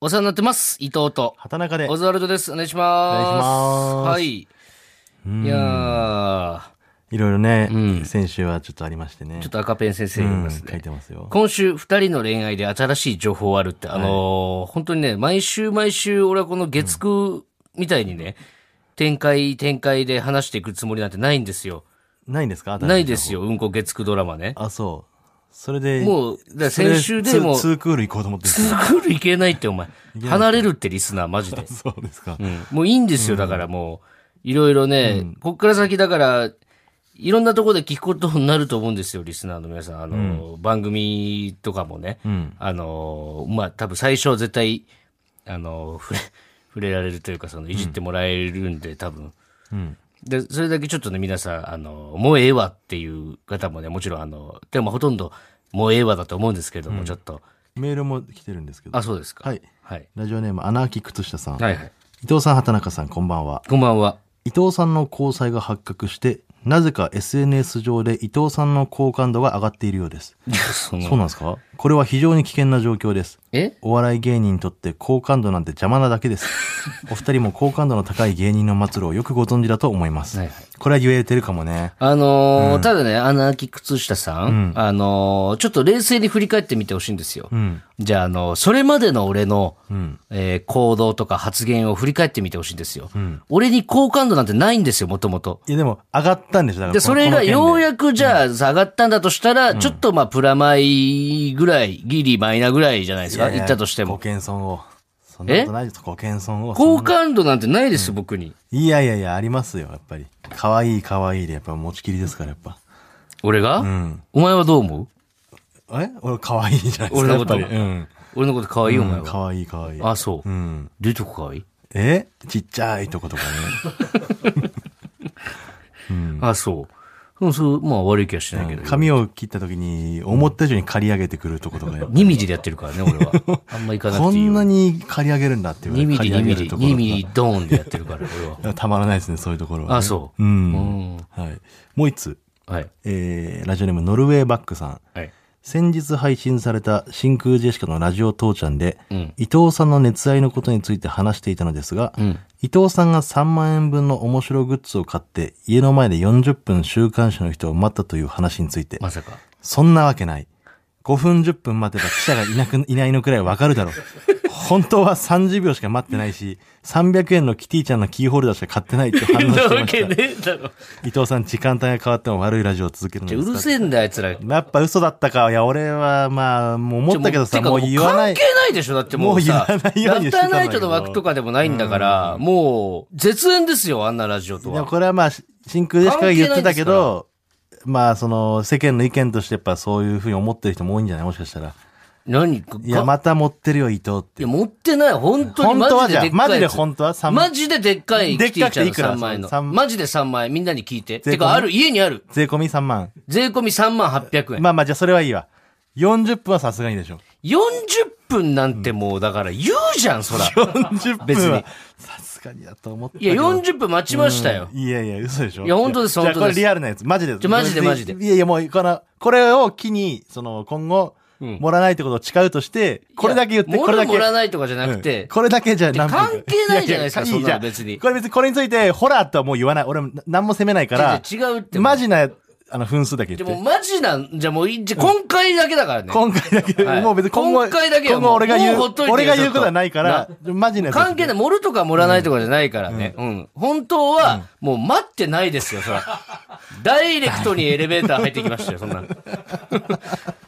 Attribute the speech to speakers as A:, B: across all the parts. A: お世話になってます。伊藤と。
B: 畑中で
A: オ。ズワルドです。お願いします。
B: お願い
A: はい。いや
B: いろいろね、
A: うん
B: 先週はちょっとありましてね。
A: ー、ちょっと赤ペン先生
B: う
A: に言い
B: ん、
A: ます
B: 書い
A: ね。
B: てますよ。
A: 今週、二人の恋愛で新しい情報あるって、あのー本当にね、毎週毎週、俺はこの月9みたいにね、展開展開で話していくつもりなんてないんですよ。
B: ないんですか
A: ないです
B: よ。
A: よ、うんこ月9ドラマね。
B: あ、そう。それで、
A: もうだから
B: それ
A: 先週でも
B: ツーツークール行こうと思ってる
A: ツークールいけないって、お前。離れるってリスナー、マジで。
B: そうですか。
A: うんもういいんですよ、だからもう、いろいろね、こっから先だから、いろんなところで聞くことになると思うんですよ、リスナーの皆さん。あの、番組とかもね、あの、まあ、多分最初は絶対、あの、触れ、触れられるというか、その、いじってもらえるんで、多分。
B: うん。
A: で、それだけちょっとね、皆さん、あの、もうええわっていう方もね、もちろん、あの、でもほとんど、もうええわだと思うんですけれども、ちょっと。
B: メールも来てるんですけど。
A: あ、そうですか。
B: はい。
A: はい。
B: ラジオネーム、アナーキ靴下さん。
A: はいはい。
B: 伊藤さん、畑中さん、こんばんは。
A: こんばんは。
B: 伊藤さんの交際が発覚して、なぜか SNS 上で伊藤さんの好感度が上がっているようです。
A: そ
B: そう
A: の、
B: なんですかこれは非常に危険な状況です。
A: え
B: お笑い芸人にとって好感度なんて邪魔なだけ です。お二人も好感度の高い芸人の末路をよくご存知だと思います。
A: はいはい
B: これは言えてるかもね。
A: あのーただね、アナーキ靴下さん、あのーちょっと冷静に振り返ってみてほしいんですよ。
B: うん。
A: じゃあ、あのそれまでの俺の、
B: ん
A: えー行動とか発言を振り返ってみてほしいんですよ、俺に好感度なんてないんですよ、もともと。
B: いやでも、上がったんでしょだから
A: で、それがよう
B: や
A: やくじゃあ下がったんだとしたら、ちょっとまあプラマイぐらい、ギリマイナぐらいじゃないですか、言ったとして
B: ご
A: も。
B: 謙遜を。そんなことないです。ご謙遜を。
A: 好感度なんてないですよ、僕に。
B: いやいやいや、ありますよ、やっぱり。可愛い可愛いで、やっぱ持ちきりですから、やっぱ。
A: 俺が、
B: うん。
A: お前はどう思う
B: え俺可愛いじゃないですか。
A: 俺のこと
B: やっぱりうん。
A: 俺のこと可愛いお前は。
B: 可愛い可愛い。
A: あ、そう。
B: うん。
A: どういうとこ可愛い
B: えちっちゃいとことかね。
A: あ、そう。うん、そう、まあ悪い気はしないけど。
B: 髪を切った時に、思った以上に刈り上げてくるとことかやっぱ
A: 2ミリでやってるからね、俺は。あんま行かな
B: こ
A: くてい いよ。
B: んなに刈り上げるんだっていうぐら
A: 2
B: い
A: ミ
B: 刈
A: リ、
B: り
A: 2
B: 上げ
A: ミ
B: る
A: リ、
B: ところ
A: 2ミリドーンでやってるから、俺は。
B: がたまらないですね、そういうところは、ね。。
A: あそう
B: ん。
A: うん。
B: はい。もう一つ、
A: はい。
B: えー、ラジオネームノルウェーバックさん。
A: はい。
B: 先日配信された真空ジェシカのラジオ父ちゃんで、
A: うん
B: 伊藤さんの熱愛のことについて話していたのですが、
A: うん。
B: 伊藤さんが3万円分の面白グッズを買って、家の前で40分週刊誌の人を待ったという話について、
A: まさか。
B: そんなわけない。5分10分待てば記者がいなく、 いないのくらいわかるだろう。本当は30秒しか待ってないし、300円のキティちゃんのキーホルダーしか買ってないって反応してました。
A: ねえだろ。
B: 伊藤さん、時間帯が変わっても悪いラジオを続けるの
A: じゃ
B: で
A: う
B: す
A: る
B: か
A: せえんだよ、あいつら。ちょ
B: やっぱ嘘だったか。いや、俺は、まあ、もう思ったけどさ、
A: てか
B: もう言わない
A: 関。係ないでしょ、だってもうさ。
B: もう言わないようにしてた
A: ラッ
B: んだけど
A: ターナイトの枠とかでもないんだから、もう、絶縁ですよ、あんなラジオと
B: でも
A: は。
B: これはまあ、し真空ジェシカが言ってたけど、まあ、その、世間の意見としてやっぱそういうふうに思ってる人も多いんじゃないもしかしたら。
A: 何
B: いや、
A: か
B: また持ってるよ、伊藤っ
A: い
B: て
A: や、。持ってない。本当に
B: 本当
A: マ
B: は
A: ジ
B: じ
A: で
B: ゃあ
A: でっかいやつ。
B: マジで本当は三
A: マジででっかい
B: で
A: キティ
B: っかく
A: ちゃん
B: てい
A: の
B: くら
A: 3万円の。
B: 三
A: マジで3万円。みんなに聞いて。
B: 税込み
A: てか、ある、家にある。
B: 税込み3万。
A: 税込み3万800円。
B: まあまあ、じゃあそれはいいわ。40分はさすがにで しょ。
A: 40分なんてもう、だから言うじゃん、そら。
B: 40
A: 別
B: 分
A: に
B: は。さすがにだと思った
A: い
B: けど。
A: や、40分待ちましたよ。
B: いやいや、嘘でしょ。
A: いや本当です
B: じゃあ
A: 本当です
B: これリアルなやつ。マジで。
A: ちょマジでマジで
B: いやいや、もう、この、これを機に、その、今後、
A: うん
B: 盛らないってことを誓うとして、これだけ言っ
A: い
B: て、
A: や
B: これだけ。
A: 物もらわないとかじゃなく
B: うん
A: て、
B: これだけじゃ何分か
A: 関係ないじゃないですか
B: やや
A: そんなの
B: じゃあ
A: 別に
B: これ別に、これについて、ホラーとはもう言わない。俺もな何も責めないから、
A: 違う違うって。
B: マジな、あの、分数だけ
A: で
B: 言っ
A: も
B: て。
A: マジなん、じゃあもうい、じゃあ今回だけだからね。
B: 今回だけ、
A: はい
B: もう別に今後、
A: 今回だけは
B: 今後俺が言う
A: もうほっといてよ
B: 俺が言うことはないから、マジなやつだけ
A: 関係ない。盛るとか盛らないとかじゃないからね。うん。本当は、もう待ってないですよ、そら。ダイレクトにエレベーター入ってきましたよ、そんなの。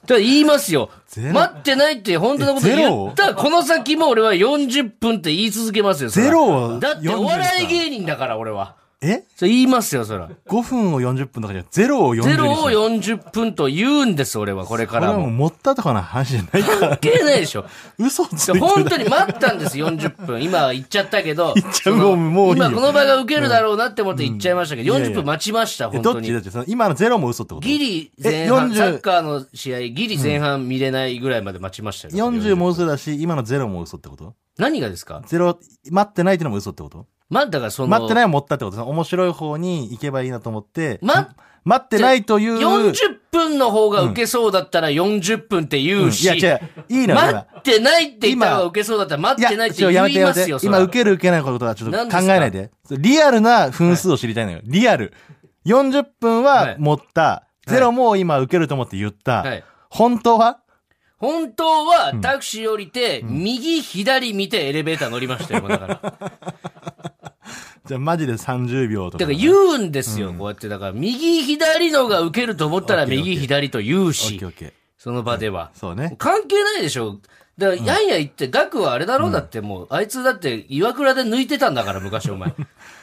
A: ただ言いますよ。
B: ゼロ
A: 待ってないって本当のこと
B: えゼロ
A: 言ったら、この先も俺は40分って言い続けますよ、そら
B: ゼロを
A: だってお笑い芸人だから、俺は。
B: え
A: それ言いますよ、そら。
B: 5分を40分とかじゃゼロを40にし
A: ゼ
B: た
A: ロを40分と言うんです、俺は、これか
B: これ
A: ら
B: はもう
A: も。
B: 持ったとかの話じゃない から。
A: 関係ないでしょ。
B: 嘘をついてる。
A: 本当に待ったんです、40分。今言っちゃったけど。
B: 言っちゃう
A: その
B: もういいよ
A: 今この場が受けるだろうなって思って言っちゃいましたけど、
B: うんいやい
A: 40
B: や
A: 分待ちました、
B: え
A: 本
B: ど
A: 当
B: っちどっ
A: に。
B: ちその今のゼロも嘘ってこと
A: ギリ前
B: え
A: 半、
B: 40
A: サッカーの試合、ギリ前半見れないぐらいまで待ちましたよ。
B: 40も嘘だし、今のゼロも嘘ってこと
A: 何がですか
B: ゼロ、待ってないってのも嘘ってこと
A: まあ、だからその、
B: 待って
A: い
B: ないを持ったってことその面白い方に行けばいいなと思って、
A: ま
B: 待ってないという、
A: 40分の方が受けそうだったら40分って言う
B: い
A: し、
B: や、違う。いい
A: 待
B: のよ。だから
A: ってないって言った方が受けそうだったら待ってないって
B: ちょやめ
A: 言
B: て
A: い
B: やめ
A: ます
B: て
A: よ、。それは
B: 今、受ける受けないことはちょっと
A: 何で
B: 考
A: すか
B: えないで。リアルな分数を知りたいのよ。リアル。40分は持った。
A: い
B: ゼロも今受けると思って言った
A: はい。
B: 本当は
A: 本当はタクシー降りて、右、左見てエレベーター乗りましたよ、だから。だか
B: じゃあマジで30秒とか。
A: ら言うんですよ、こうやって。だから、右、左のが受けると思ったら右、左と言う
B: オッ
A: し
B: ケー、オッケー。
A: その場では。
B: そうね。
A: 関係ないでしょ。だから、やんや言って、額はあれだろうだってもう、あいつだって、岩倉で抜いてたんだから、昔 お前。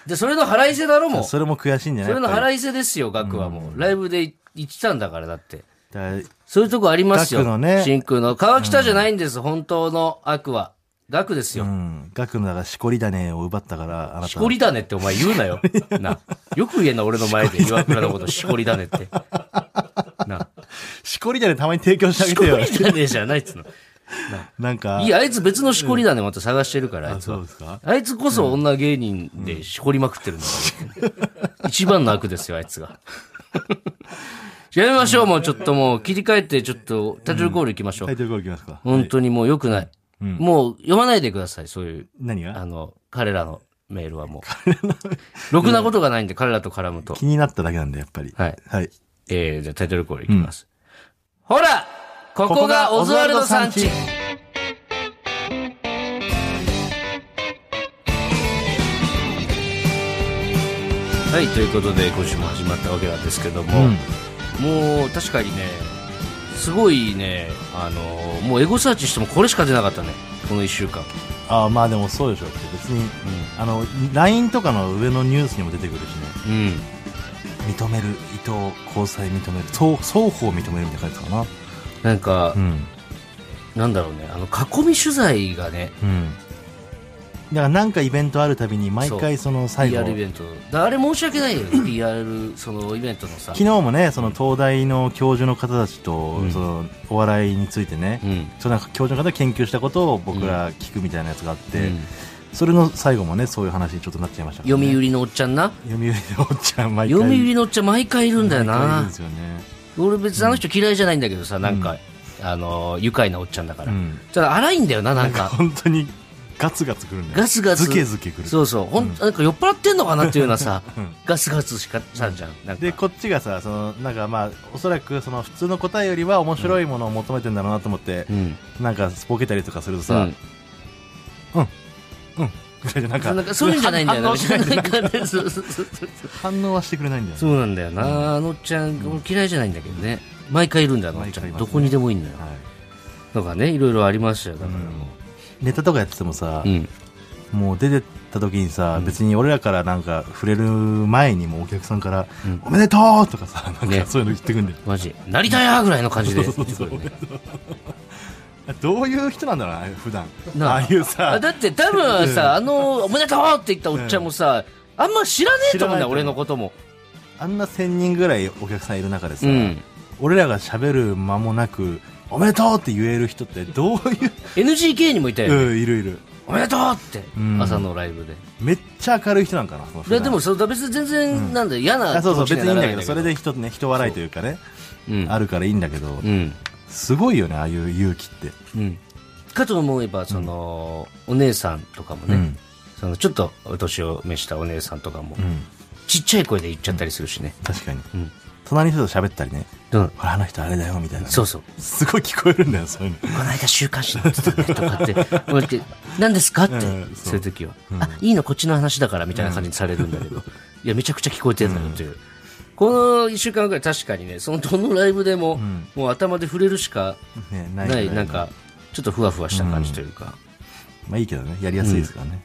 A: で、それの腹いせだろ、もう。そ
B: それも悔しいんじゃない
A: れの
B: やっぱ
A: 腹いせですよ、額はもう。ライブで言ってたんだから、だって。
B: りだ
A: そういうとこありますよ。
B: 額のね
A: 真空の。川北じゃないんです、本当の悪は。額ですよ
B: う。ん。学のだからしこり種を奪ったから、あな
A: したこ。りだねってお前言うなよ。な。よく言えんな、俺の前で。岩倉のこと、しこりだねって。な。
B: しこり種たまに提供してあげ
A: しこ
B: てよ
A: り。だねじゃないっつうの。
B: なんか。
A: いや、あいつ別のしこりだねまた探してるから、あい
B: あ、
A: つ
B: そう
A: は
B: で。すか
A: あいつこそ女芸人でしこりまくってるんだから。一番の悪ですよ、あいつが。やめましょう、もうちょっともう切り替えて、ちょっとタイトルコール行きましょう
B: タイ。トルコールいきますか。
A: 本当にもう良くない。もう読まないでください、そういう、
B: 何
A: あ
B: が
A: の、彼らのメールはもう。ろくなことがないんで、彼らと絡むと。
B: 気になっただけなんで、やっぱり。
A: はい。
B: はい。
A: えー、じゃあタイトルコールいきます。ほらここがオズワルドさんちはい、ということで、今週も始まったわけなんですけども、もう確かにね、すごいね、あのーもうエゴサーチしてもこれしか出なかったね、この1週間。
B: ああまあでもそうでしょうって別に、あの LINE とかの上のニュースにも出てくるしね
A: うん。
B: 認める伊藤交際認める双双方認めるみたいな感じかな
A: なんか、
B: うん
A: なんだろうね、あの、囲み取材がね、
B: うんだからなんかイベントあるたびに毎回その最後
A: PR イ
B: 昨
A: ベント。だあれ申し訳ないよ、PR、そのイベントのさ。
B: 日もねその東大の教授の方たちと、
A: うん
B: そのお笑いについてね、
A: うん。
B: そうなんか教授の方が研究したことを僕ら聞くみたいなやつがあって、
A: うん
B: それの最後もねそういう話にちょっとなっちゃいましたから
A: 読
B: ね、
A: 売のおっちゃんな。
B: 読売のおっちゃん毎回
A: 読売のおっちゃん毎回いるんだよ
B: 毎回いるん
A: な
B: で。すよね
A: 俺別にあの人嫌いじゃないんだけどさ、なんか、あの、愉快なおっちゃんだから。
B: うん
A: ただ荒いんだよな、なんか。
B: 本当にガツガツくるんだよ
A: ガツガツ。
B: ズケズケくる
A: そうそう。ほん、なんか酔っ払ってんのかなっていうような さ、
B: うん
A: ガツガツしかさんじゃん。なんか
B: でこっちがさそのなんかまあおそらくその普通の答えよりは面白いものを求めてんだろうなと思って
A: う、ん。
B: なんかボケたりとかすると
A: う
B: さ
A: ん、
B: ぐらいでなんか
A: なんかそういうんじゃないんだよ
B: 反応
A: な。
B: しないんだよ
A: なんかねそうそうそうそう
B: 反応はしてくれないんだよ
A: そうなんだよな。あのおっちゃん、俺嫌いじゃないんだけどね。毎回いるんだよな、あのおっちゃ
B: 毎回い
A: ん。
B: ます
A: ど
B: ね
A: こにでもいいんだよ。
B: は
A: だからね、いろいろありましたよ。だからも
B: い、ネタとかやっててもさ
A: う。う、ん。
B: もう出てった時にさ、別に俺らからなんか触れる前にもお客さんから、おめでとうとかさなん
A: ね
B: かそういうの言ってくんだよ、
A: マジ。なりたいやーぐらいの感じで。
B: そうそうそうどういう人なんだろうな普段
A: なあ
B: ああいうさ
A: あだって多分さ、あの、おめでとうって言ったおっちゃんもさ、あんま知らねえと思うんだよ、
B: 知
A: 俺
B: らないと思
A: の
B: う
A: ことも。
B: あんな1000人ぐらいお客さんいる中でさ、
A: うん。
B: 俺らが喋る間もなく、おめでとうって言える人ってどういう、
A: NGK にもいたよね、
B: うん、いるいる。
A: おめでとうって、
B: うん
A: 朝のライブで。
B: めっちゃ明るい人なんかな、その
A: いや
B: 人
A: でも、それ別に全然、なんだよ、嫌な
B: あそうそう、
A: 気持
B: 別
A: ち
B: にいい
A: は
B: んだ
A: なら
B: けど、それで人ね、人笑いというかね、
A: うん。
B: あるからいいんだけど、
A: うん。
B: すごいよね、ああいう勇気って。
A: うん。かと思えば、その、お姉さんとかもね、
B: うん
A: その、ちょっと、お年を召したお姉さんとかも、
B: うん、
A: ちっちゃい声で言っちゃったりするしね。
B: 確かに。
A: うん。
B: 隣の人と喋ったりね、
A: うん。
B: ほら、あの人あれだよ、みたいな。
A: そうそう。
B: すごい聞こえるんだよ、そういうの。
A: この間週刊誌に載ってたねとか って、こうやって、何ですかって、
B: うん
A: そういう時は、あ、いいのこっちの話だからみたいな感じにされるんだけど、いや、めちゃくちゃ聞こえてるんだよっていう。この一週間ぐらい確かにね、そのどのライブでも、
B: ん
A: もう頭で触れるしか
B: ね、
A: ない
B: な
A: い、
B: からね
A: なんか、ちょっとふわふわした感じというか、
B: まあいいけどね、やりやすいですからね。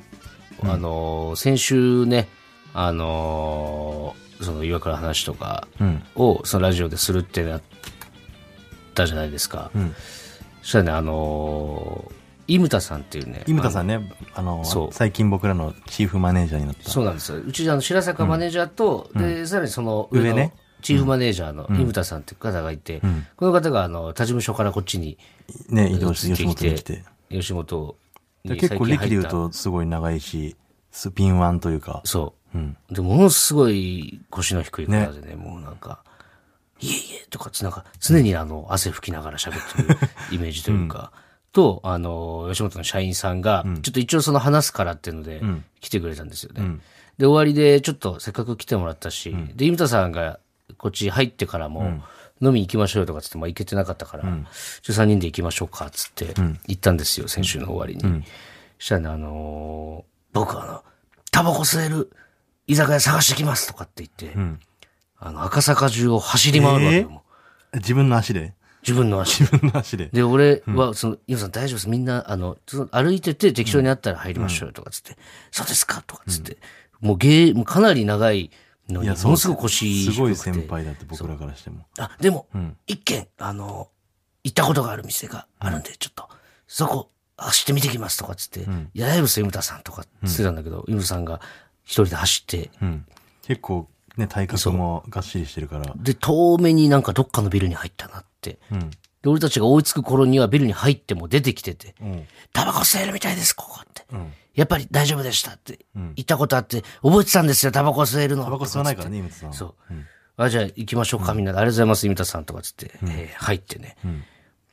A: あのー、先週ね、あのー、その岩倉の話とか
B: うん。
A: を、そのラジオでするってなったじゃないですか。
B: ん
A: そしたらね、あのー、井牟田さんっていうね、
B: 井牟田さんね、あの
A: そう
B: 最近僕らのチーフマネージャーになった。
A: そうなんですよ。うちあの白坂マネージャーと、で、さらにその上
B: 上
A: の
B: ね
A: チーフマネージャーの井牟さんっていう方がいて、この方があの、他事務所からこっちに、
B: ね、移動して
A: 移ってき
B: 吉本
A: て
B: に来て。
A: 吉本に
B: で結構
A: 最近入った
B: 歴で言うとすごい長いし、スピンワンというか、
A: そう
B: うん。
A: で、ものすごい腰の低い方でね、もうなんか、いえいえとかつなんか常にあの汗拭きながら喋ってるイメージというか、と、あの、吉本の社員さんが、ちょっと一応その話すからっていうので、来てくれたんですよね。で、終わりで、ちょっとせっかく来てもらったし、で、井ムさんがこっち入ってからも、飲み行きましょうよとかつって、まあ行けてなかったから、13人で行きましょうかっつって、行ったんですよ、先週の終わりに。したらね、あのー僕あの、タバコ吸える居酒屋探してきますとかって言って、あの、赤坂中を走り回るわけよ、もう
B: 自分の足で
A: 自分の足で
B: 自分の足で。
A: で、俺は、その、今さん大丈夫です。みんな、あの、その歩いてて適当に会ったら入りましょうよとかつって、そうですかとかつって、もうゲー、もうかなり長いのに、ものすごく腰低くて
B: すごい先輩だって僕らからしても。
A: あ、でも、一軒、あの、行ったことがある店があるんで、ちょっと、そこ、走ってみてきますとかつって、いや、だいぶす、イムタさんとかつってたんだけど、イムタさんが一人で走って、
B: うん。結構ね、体格もがっしりしてるから。
A: で、遠目になんかどっかのビルに入ったなって。
B: うん。
A: で、俺たちが追いつく頃にはビルに入っても出てきてて、
B: うん。
A: タバコ吸えるみたいです、ここって。
B: うん。
A: やっぱり大丈夫でしたって、
B: うん
A: 言ったことあって、覚えてたんですよ、タバコ吸えるの。
B: タバコ吸わないからね、イムツさんは。
A: そう。あ、じゃあ行きましょうか、みんなで。ありがとうございます、イムタさんとかつって、えー入ってね、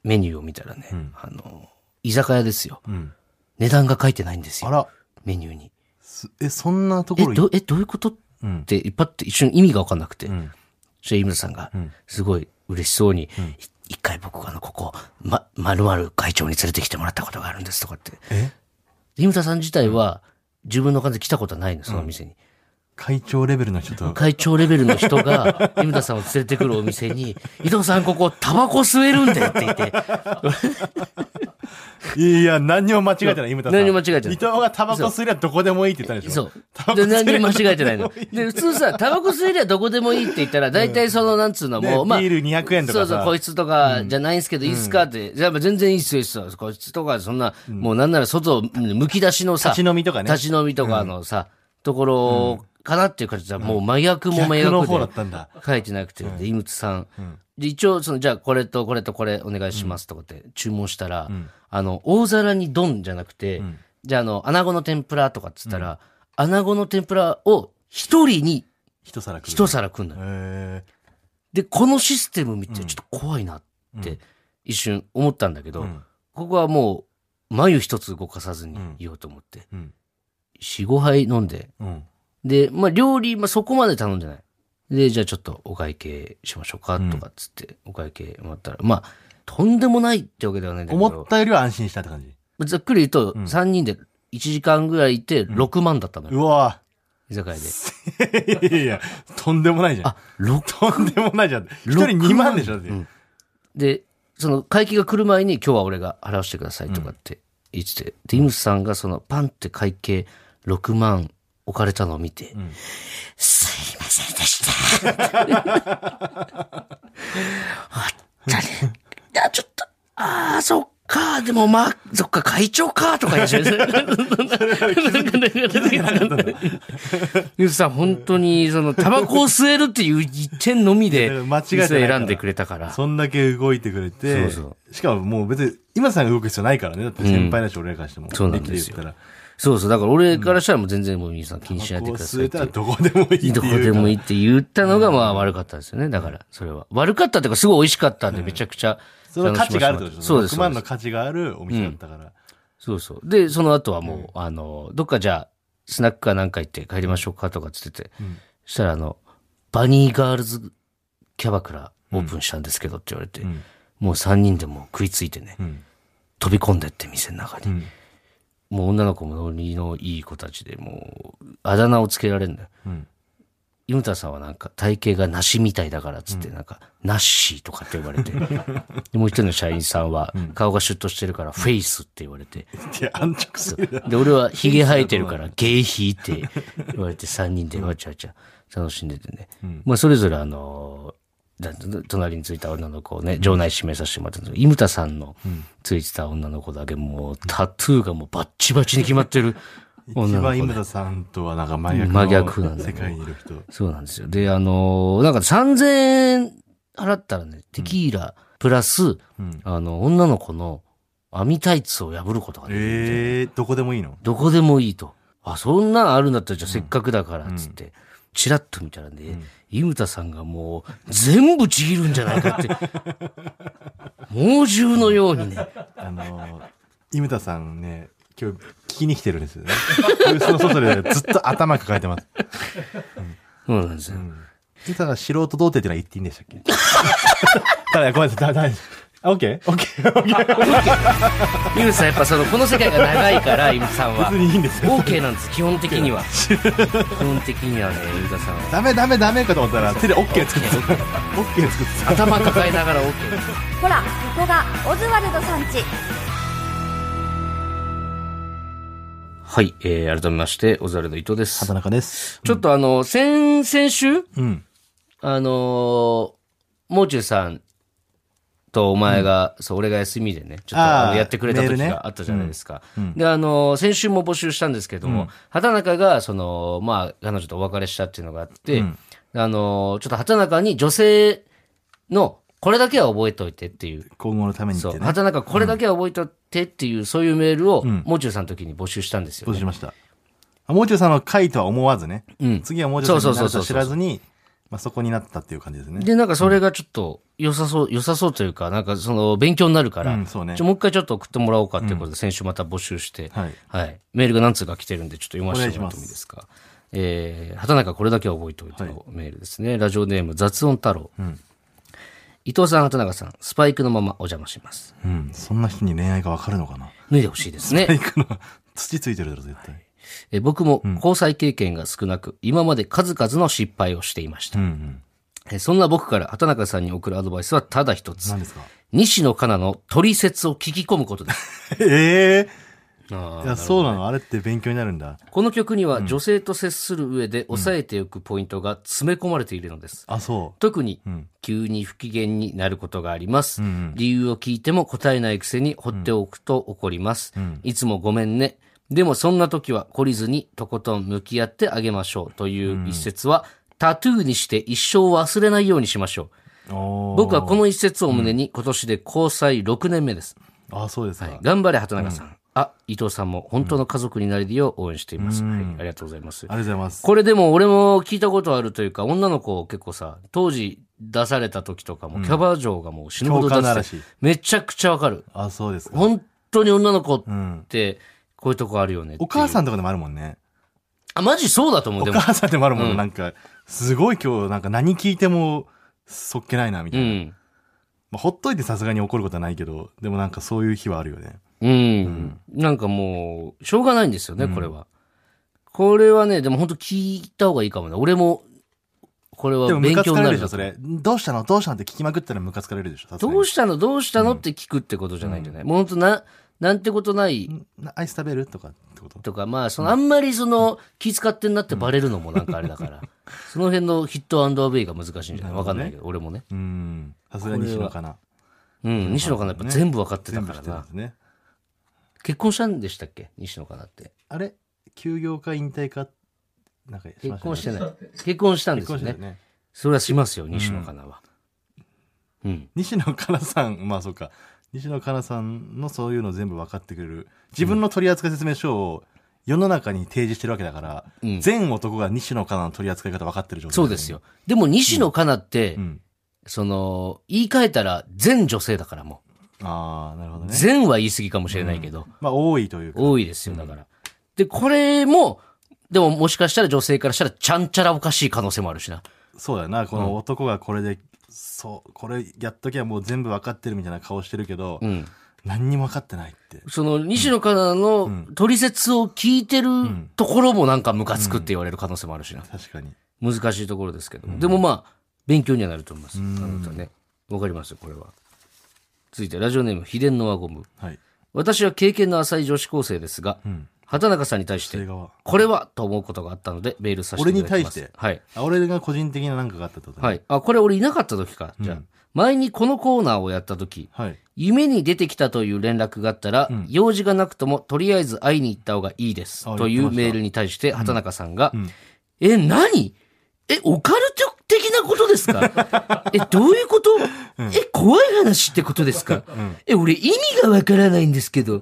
A: メニューを見たらね、あの、居酒屋ですよ。
B: うん。
A: 値段が書いてないんです
B: あ
A: よ。
B: ら、
A: メニューに。
B: すえ、そんなと
A: え、
B: ころ
A: ど、え、どういうことっ
B: うん。
A: て、パッて一瞬意味がわかんなくて。
B: うん。
A: そして井村さんが、すごい嬉しそうに、い一回僕があの、ここ、ま、まるまる会長に連れてきてもらったことがあるんですとかって。
B: え
A: 井村さん自体は、自分の感じで来たことはないの、その店に。
B: 会長レベルの人と、
A: 会長レベルの人が、井村さんを連れてくるお店に、伊藤さんここ、タバコ吸えるんだよって言って、
B: いや、何にも間違えてない、イムタさん。
A: 何にも間違えてない
B: 伊藤がタバコ吸いりゃどこでもいいって言ったでしょ。
A: そう。で、何にも間違えてないの。で、普通さ、タバコ吸えりゃどこでもいいって言ったら、大体その、なんつうの、もう、
B: ね
A: まあ、
B: ビール200円とかさ
A: そうそう、こいつとかじゃないんすけど、いいっすかって。じゃあ全然いいっすよ、いいっすよ。こいつとか、そんな、もうなんなら外、むき出しのさ、
B: 立ち飲みとかね
A: 立ち飲みとかのさ、ところかなっていう感じで、もう麻薬も麻
B: 逆
A: 薬
B: の方だ
A: で
B: っ。たんだ。
A: 書いてなくて、で、イムツさん。で、一応、その、じゃあ、これとこれとこれお願いしますとかって注文したら、あの、大皿に丼じゃなくて、じゃあ、あの、穴子の天ぷらとかっつったら、穴子の天ぷらを一人に
B: 一皿食う。
A: 一皿食うんだよ。
B: え
A: で、このシステム見て、ちょっと怖いなって、一瞬思ったんだけど、
B: うん
A: ここはもう、眉一つ動かさずに言おうと思って、
B: ーうん。
A: 四五杯飲んで、
B: うん。
A: で、まあ、料理、まあ、そこまで頼んでない。で、じゃあちょっとお会計しましょうか、とかっつって、お会計もらったら、まあ、とんでもないってわけではないんだけど、
B: 思ったよりは安心したって感じ。
A: ざっくり言うと、3人で1時間ぐらいいて、6万だったのよ、
B: うわ
A: 居酒屋で。
B: ぁ。いやいや、とんでもないじゃん。
A: あ、6
B: とんでもないじゃん。一人2万でしょ、だって。
A: うんで、その会計が来る前に今日は俺が払わせてくださいとかって言ってて、で、イムスさんがそのパンって会計6万置かれたのを見て、すいませんでした。 本当に。いや、ちょっと、ああ、そっか、でもまあ、そっか、会長か、とか言い始めて。イムスさん、本当に、その、タバコを吸えるっていう一点のみで、
B: いや間違えてないから
A: 店選んでくれたから。
B: そんだけ動いてくれて、
A: そう
B: しかももう別に、今さんが動く必要ないからね。だって先輩だし、俺らからしても。
A: そうなんですよ
B: きて言ったら
A: そうそう。だから俺からしたらもう全然もう皆さん気にしないで
B: こう
A: くださ
B: 吸
A: いっ
B: え
A: て
B: た。らどこでもいいっていう。
A: どこでもいいって言ったのがまあ悪かったですよね。だから、それは。悪かったっていうかすごい美味しかったんでめちゃくちゃ
B: その価値があるってことでしょ
A: そうです。
B: 6
A: そう
B: 万
A: で
B: の
A: す
B: 価値があるお店だったから。
A: そうそう。で、その後はもう、あの、どっかじゃあ、スナックかなんか行って帰りましょうかとかつってて、そしたらあの、バニーガールズキャバクラオープンしたんですけどって言われて、もう3人でもう食いついてね、
B: うん。
A: 飛び込んでって店の中に。
B: ん
A: もう女の子もノリのいい子たちで、もう、あだ名をつけられるんだよ。
B: うん。
A: イムタさんはなんか体型が梨みたいだからっつって、なんか、ナッシーとかって呼ば れて、でもう一人の社員さんは顔がシュッとしてるからフェイスって言われて、
B: いや、安直すぎる。
A: で、俺はヒゲ生えてるからゲイヒーって言われて3人でわちゃわちゃ楽しんでてね。まあそれぞれあのーだ隣についた女の子をね、場内指名させてもらったんですけど、イムタさんのついてた女の子だけもうタトゥーがもうバッチバチに決まってる
B: 一
A: 女の子
B: 番
A: で
B: 井村さんとはなんか真逆
A: 真逆なん
B: の
A: だ
B: 世界にいる人。
A: そうなんですよ。で、あのーなんか3000円払ったらね、テキーラプラス、
B: ん
A: あの、女の子の網タイツを破ることができるみたいな
B: ええどこでもいいの
A: どこでもいいと。あ、そんなんあるんだったらじゃあせっかくだから、つって、チラッと見たらね、井牟田さんがもう全部ちぎるんじゃないか って、猛獣のようにね、
B: あのー、井牟田さんね、今日聞きに来てるんですよね。ブースの外でずっと頭抱えてます。
A: そうなんですよ。
B: で、ただ素人童貞ってのは言っていいんでしたっけただ、ごめんなさい、だ、だ、あ、オッケーオッケーオッケー
A: 井ムさんやっぱそのこの世界が長いから井ムさんは
B: 別にいいんですよ
A: OK なんです基本的には基本的にはね井ムさんは
B: ダメダメダメかと思ったら手でオッケー作ってた。オッケー作ってた。
A: 頭抱えながら OK
C: ほらここがオズワルドさんち
A: はい、えー、改めましてオザルド伊藤です
B: 畑中です。
A: ちょっとあの先先週
B: うん。
A: あのー、もう中さんとお前が、そう、俺が休みでね、ちょっと
B: あ
A: あ
B: ー
A: のやってくれた
B: メール
A: 時
B: ね
A: があったじゃないですか。
B: うんうん
A: で、あのー先週も募集したんですけども、畑中が、その、まあ、彼女とお別れしたっていうのがあって、
B: うん
A: あのーちょっと畑中に女性の、これだけは覚えておいてっていう、
B: 今後のためにって
A: そう、
B: ね。
A: 畑中これだけは覚えておいてっていう、そういうメールを、
B: ん
A: もう中さんの時に募集したんですよ、
B: どう
A: ね
B: し。ましたあもう中さんの回とは思わずね。
A: うん
B: 次はもう中さんになる
A: そうそうそうそ
B: と
A: う
B: 知らずに、まあ、そこになったっていう感じですね。
A: で、なんかそれがちょっと良さそう、良さそうというか、なんかその勉強になるから、
B: うんそうね
A: ちょもう一回ちょっと送ってもらおうかっていうことで、先週また募集して、
B: はい
A: メールが何通か来てるんで、ちょっと読ませてもらってもいいですか。えー、畑中これだけは覚えておいてのメールですね。ラジオネーム雑音太郎。伊藤さん、畑中さん、スパイクのままお邪魔します。
B: うん。そんな人に恋愛がわかるのかな
A: 脱いでほしいですね。
B: 行くの土ついてるだろ、絶対。
A: えー僕も交際経験が少なく、今まで数々の失敗をしていました。
B: うんうん。
A: えーそんな僕から畑中さんに送るアドバイスはただ一つ。
B: 何ですか
A: 西野カナの取説を聞き込むことです。
B: ええ
A: あ
B: いや、そうなのあれって勉強になるんだ。
A: この曲には女性と接する上で抑えておくポイントが詰め込まれているのです。
B: あ、そ
A: 特に
B: ん、
A: 急に不機嫌になることがあります。
B: んうん
A: 理由を聞いても答えないくせに放っておくと怒ります。いつもごめんね。でもそんな時は懲りずにとことん向き合ってあげましょうという一節は、タトゥーにして一生忘れないようにしましょう。
B: う。おー
A: 僕はこの一節を胸に今年で交際6年目です。
B: あ、そうですか。
A: 頑張れ畑中さん、あ伊藤さんも本当の家族になれるよう応援しています、はい、ありがとうございます
B: ありがとうございます。
A: これでも俺も聞いたことあるというか女の子結構さ当時出された時とかもキャバ嬢がもう死ぬほど
B: 共感な
A: 出
B: ら
A: し
B: してい
A: てめちゃくちゃわかる
B: あ、そうですか。
A: 本当に女の子っ
B: うん。
A: てこういうとこあるよねっていう
B: お母さんとかでもあるもんね。
A: あマジそうだと思う
B: お
A: でも
B: 母さんでもあるもん、
A: うん
B: なんか、すごい今日、なんか何聞いても、そっけないな、みた
A: う
B: いな。
A: ん
B: まあ、ほっといてさすがに怒ることはないけど、でもなんかそういう日はあるよね。
A: うん、なんかもうしょうがないんですよね、これはこれはねでも本当聞いた方がいいかもね俺もこれ
B: で
A: は
B: もム
A: 勉
B: カつ
A: 強に
B: かれ
A: な
B: る
A: る
B: でしょ、
A: な
B: それ。どうしたのどうしたのって聞きまくったらムカつかれるでしょ、さすがに
A: どうしたのどうしたのって聞くってことじゃないんじゃない、もう本当な、なんてことない
B: なアイス食べるとかってこと
A: とか、まあ、その、あんまりその、気遣ってんなってバレるのもなんかあれだから、その辺のヒットアベイが難しいんじゃないわかんないけど、俺もね。
B: うん。さすがに西野かな。
A: うん、西野かなやっぱ全部わかってた
B: 全
A: か
B: 部
A: ら
B: してるん
A: な
B: で。すね。
A: 結婚したんでしたっけ西野かなって。
B: あれ休業か引退か、なんかしましたね
A: 結婚してない。結婚したんで
B: 結
A: すよ
B: 婚
A: ね
B: してる。ね。
A: それはしますよ、西野かなは。うん。
B: 西野カナさん、まあそうか。西野カナさんのそういうの全部分かってくれる。自分の取扱説明書を世の中に提示してるわけだから、
A: うん
B: 全男が西野カナの取り扱い方分かってる状態、
A: そうです。よ。でも、西野かなって、
B: うん。
A: その、言い換えたら、全女性だからも
B: ああ、なるほど
A: う。
B: ね。
A: 全は言い過ぎかもしれないけど、
B: まあ多いというか。
A: 多いですよ、だから。で、これも、でももしかしたら女性からしたらちゃんちゃらおかしい可能性もあるしな。
B: そうだよな。この男がこれで、そう、これやっときゃもう全部分かってるみたいな顔してるけど、
A: うん。
B: 何にも分かってないって。
A: その、西野カナの取説を聞いてるところもなんかムカつくって言われる可能性もあるしな。
B: 確かに。
A: 難しいところですけど。でもまあ、勉強にはなると思います。あなたね。わかりますよ、これは。続いて、ラジオネーム、秘伝の輪ゴム。
B: はい。
A: 私は経験の浅い女子高生ですが、
B: うん。
A: 畑中さんに対し
B: それ
A: て、
B: 側。
A: これはと思うことがあったので、メールさせていただきます。
B: 俺に対して
A: はい。
B: あ俺が個人的ななんかがあったってことね
A: はい。あ、これ俺いなかった時か。じゃあ、前にこのコーナーをやった時、
B: はい。
A: 夢に出てきたという連絡があったら、用事がなくともとりあえず会いに行った方がいいです。
B: あ
A: とい
B: 言
A: う
B: ってました
A: メールに対して、畑中さんが、
B: ん
A: え、何え、オカルト的ななことです かえ、どういうこと、え、怖い話ってことですか、え、俺意味がわからないんですけど、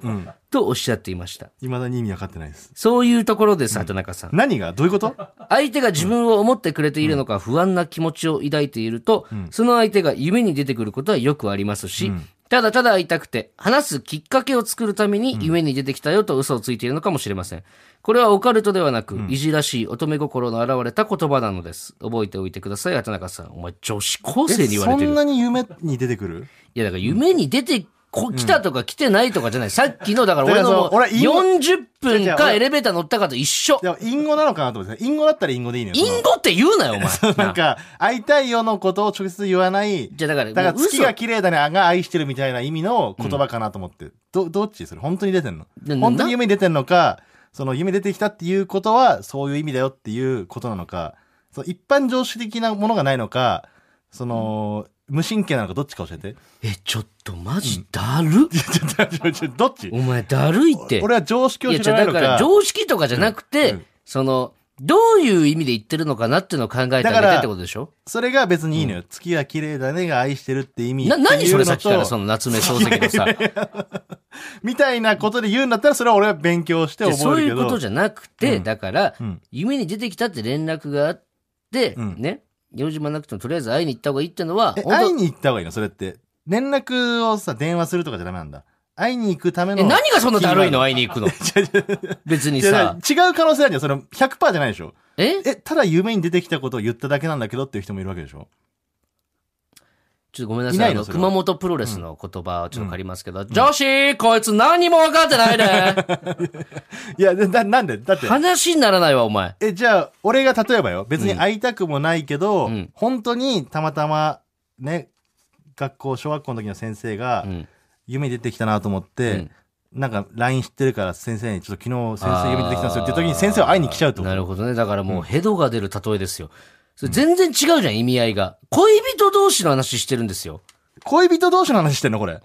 A: とおっしゃっていました。
B: いまだに意味わかってないです。
A: そういうところです、畑中さん。
B: 何がどういうこと
A: 相手が自分を思ってくれているのか不安な気持ちを抱いていると、その相手が夢に出てくることはよくありますし、ただただ会いたくて、話すきっかけを作るために夢に出てきたよと嘘をついているのかもしれません。これはオカルトではなく、いじらしい乙女心の現れた言葉なのです。覚えておいてください、畑中さん。お前、女子高生に言われて
B: そ
A: る
B: ん。なに夢に出てくる
A: いや、だから夢に出てこ、来たとか来てないとかじゃない。さっきの、だから俺のもう
B: だからそう俺
A: 40分
B: 違う違う
A: か
B: 俺
A: エレベーター乗ったかと一緒。
B: でも、インゴなのかなと思ってた。インゴだったらインゴでいいのよ。
A: インゴって言うなよ、お前。
B: そのなんか、会いたいよのことを直接言わない。
A: じゃあだから
B: だから
A: もう嘘
B: 月が綺麗だね、あが愛してるみたいな意味の言葉かなと思って。ど、どっちそれ本当に出てんの
A: な
B: 本当に夢に出てんのか、その夢出てきたっていうことは、そういう意味だよっていうことなのか、その一般常識的なものがないのか、その、無神経なのかどっちか教えて。
A: え、ちょっとマジだる、
B: ちょっと待ってちょっとどっ ち
A: お前だるいって。
B: 俺は常識を
A: いや、
B: 知
A: じ
B: ら
A: ゃ
B: ない
A: あ
B: の
A: だ
B: か。
A: から常識とかじゃなくて、
B: うんうん
A: その、どういう意味で言ってるのかなっていうのを考えてあげて
B: だから
A: ってことでしょ
B: それが別にいいのよ。月が綺麗だねが愛してるって意味。
A: な、何それさっきから
B: そ
A: そ
B: の。
A: の夏目漱石のさ、
B: みたいなことで言うんだったら、それは俺は勉強して
A: でそ
B: 覚
A: う
B: え
A: い
B: るけ
A: う
B: ど。
A: ことじゃなくて、
B: うん
A: だから、
B: うん
A: 夢に出てきたって連絡があって、
B: うん
A: ね、用事もなくてもとりあえず会いに行った方がいいってのは、
B: え、
A: 本当
B: 会いに行った方がいいのそれって。連絡をさ、電話するとかじゃダメなんだ。会いに行くための。
A: え、何がそんなだるいの
B: キ
A: 会いに行 くの
B: ーワード
A: 別に
B: いやだ
A: さ、
B: から違う可能性あるじゃん。それ100%じゃないでしょ。
A: え
B: え、ただ夢に出てきたことを言っただけなんだけどっていう人もいるわけでしょ。
A: ちょっとごめんなさい。
B: いない
A: あ
B: の
A: の
B: それは
A: 熊本プロレスの言葉をちょっと借りますけど、女子、こいつ何も分かってない で
B: いや、でな、なんでだって。
A: 話にならないわ、お前。
B: え、じゃあ、俺が例えばよ。別に会いたくもないけど、
A: うん
B: 本当にたまたま、ね、学校、小学校の時の先生が、
A: うん。
B: 夢出てきたなと思って、なんか LINE 知ってるから先生に、ちょっと昨日先生夢出てきたんですよっていう時に先生は会いに来ちゃうってこと
A: なるほどね。だからもうヘドが出る例えですよ。それ全然違うじゃん、意味合いが。恋人同士の話してるんですよ。
B: 恋人同士の話してんのこれ。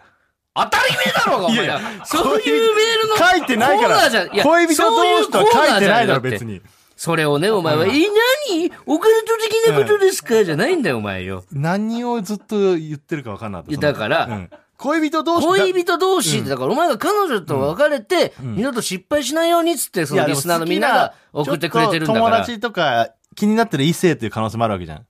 A: 当たり前だろうが、お前
B: いや
A: ら
B: いや
A: そういうメールのコーナーじゃん。
B: 書いてないから。
A: や
B: 恋人同士とは書
A: そうう
B: いてないだろ、
A: コーナーじゃん
B: 別。
A: だって
B: に。
A: それをね、お前は、え、何オカルト的なことですかじゃないんだよ、お前よ。
B: 何をずっと言ってるか分かんなかった
A: いやだから
B: うん恋人同士だ
A: 恋人同士で、だからお前が彼女と別れて、二度と失敗しないようにっつって、そ
B: いや
A: の
B: で
A: リ
B: も
A: スナーのみんなが送ってくれてるんだか
B: ちょっと友
A: ら。
B: 達とか気になってる異性という可能性もあるわけじゃん。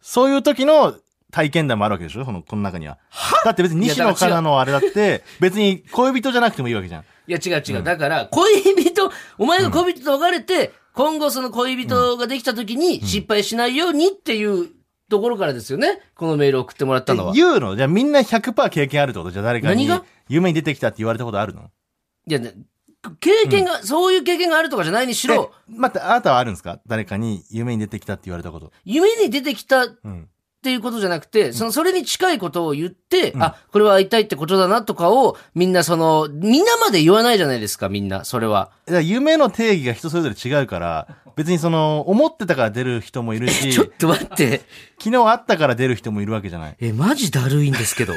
B: そういう時の体験談もあるわけでしょその、この中には。だって別に西
A: いや
B: 野
A: だか
B: から
A: 違う
B: なのあれだって、別に恋人じゃなくてもいいわけじゃん。
A: いや、違う違う。だから、恋人、お前が恋人と別れて、今後その恋人ができた時に失敗しないようにっていうところからですよね。このメール送ってもらったのは。い
B: 言うのじゃあみんな100%経験あるってことじゃあ誰かに
A: 何が
B: 夢に出てきたって言われたことあるの
A: や、ね経験が、そういう経験があるとかじゃないにしろ、
B: え待って、あなたはあるんですか誰かに夢に出てきたって言われたこと。
A: 夢に出てきたっ
B: うん。
A: ていうことじゃなくて、その、それに近いことを言って、あ、これは会いたいってことだなとかを、みんなその、みんなまで言わないじゃないですか、みんな、それは。
B: だから夢の定義が人それぞれ違うから、別にその、思ってたから出る人もいるし、
A: ちょっ
B: 昨
A: と待って。
B: 日会ったから出る人もいるわけじゃない。
A: え、マジだるいんです けど。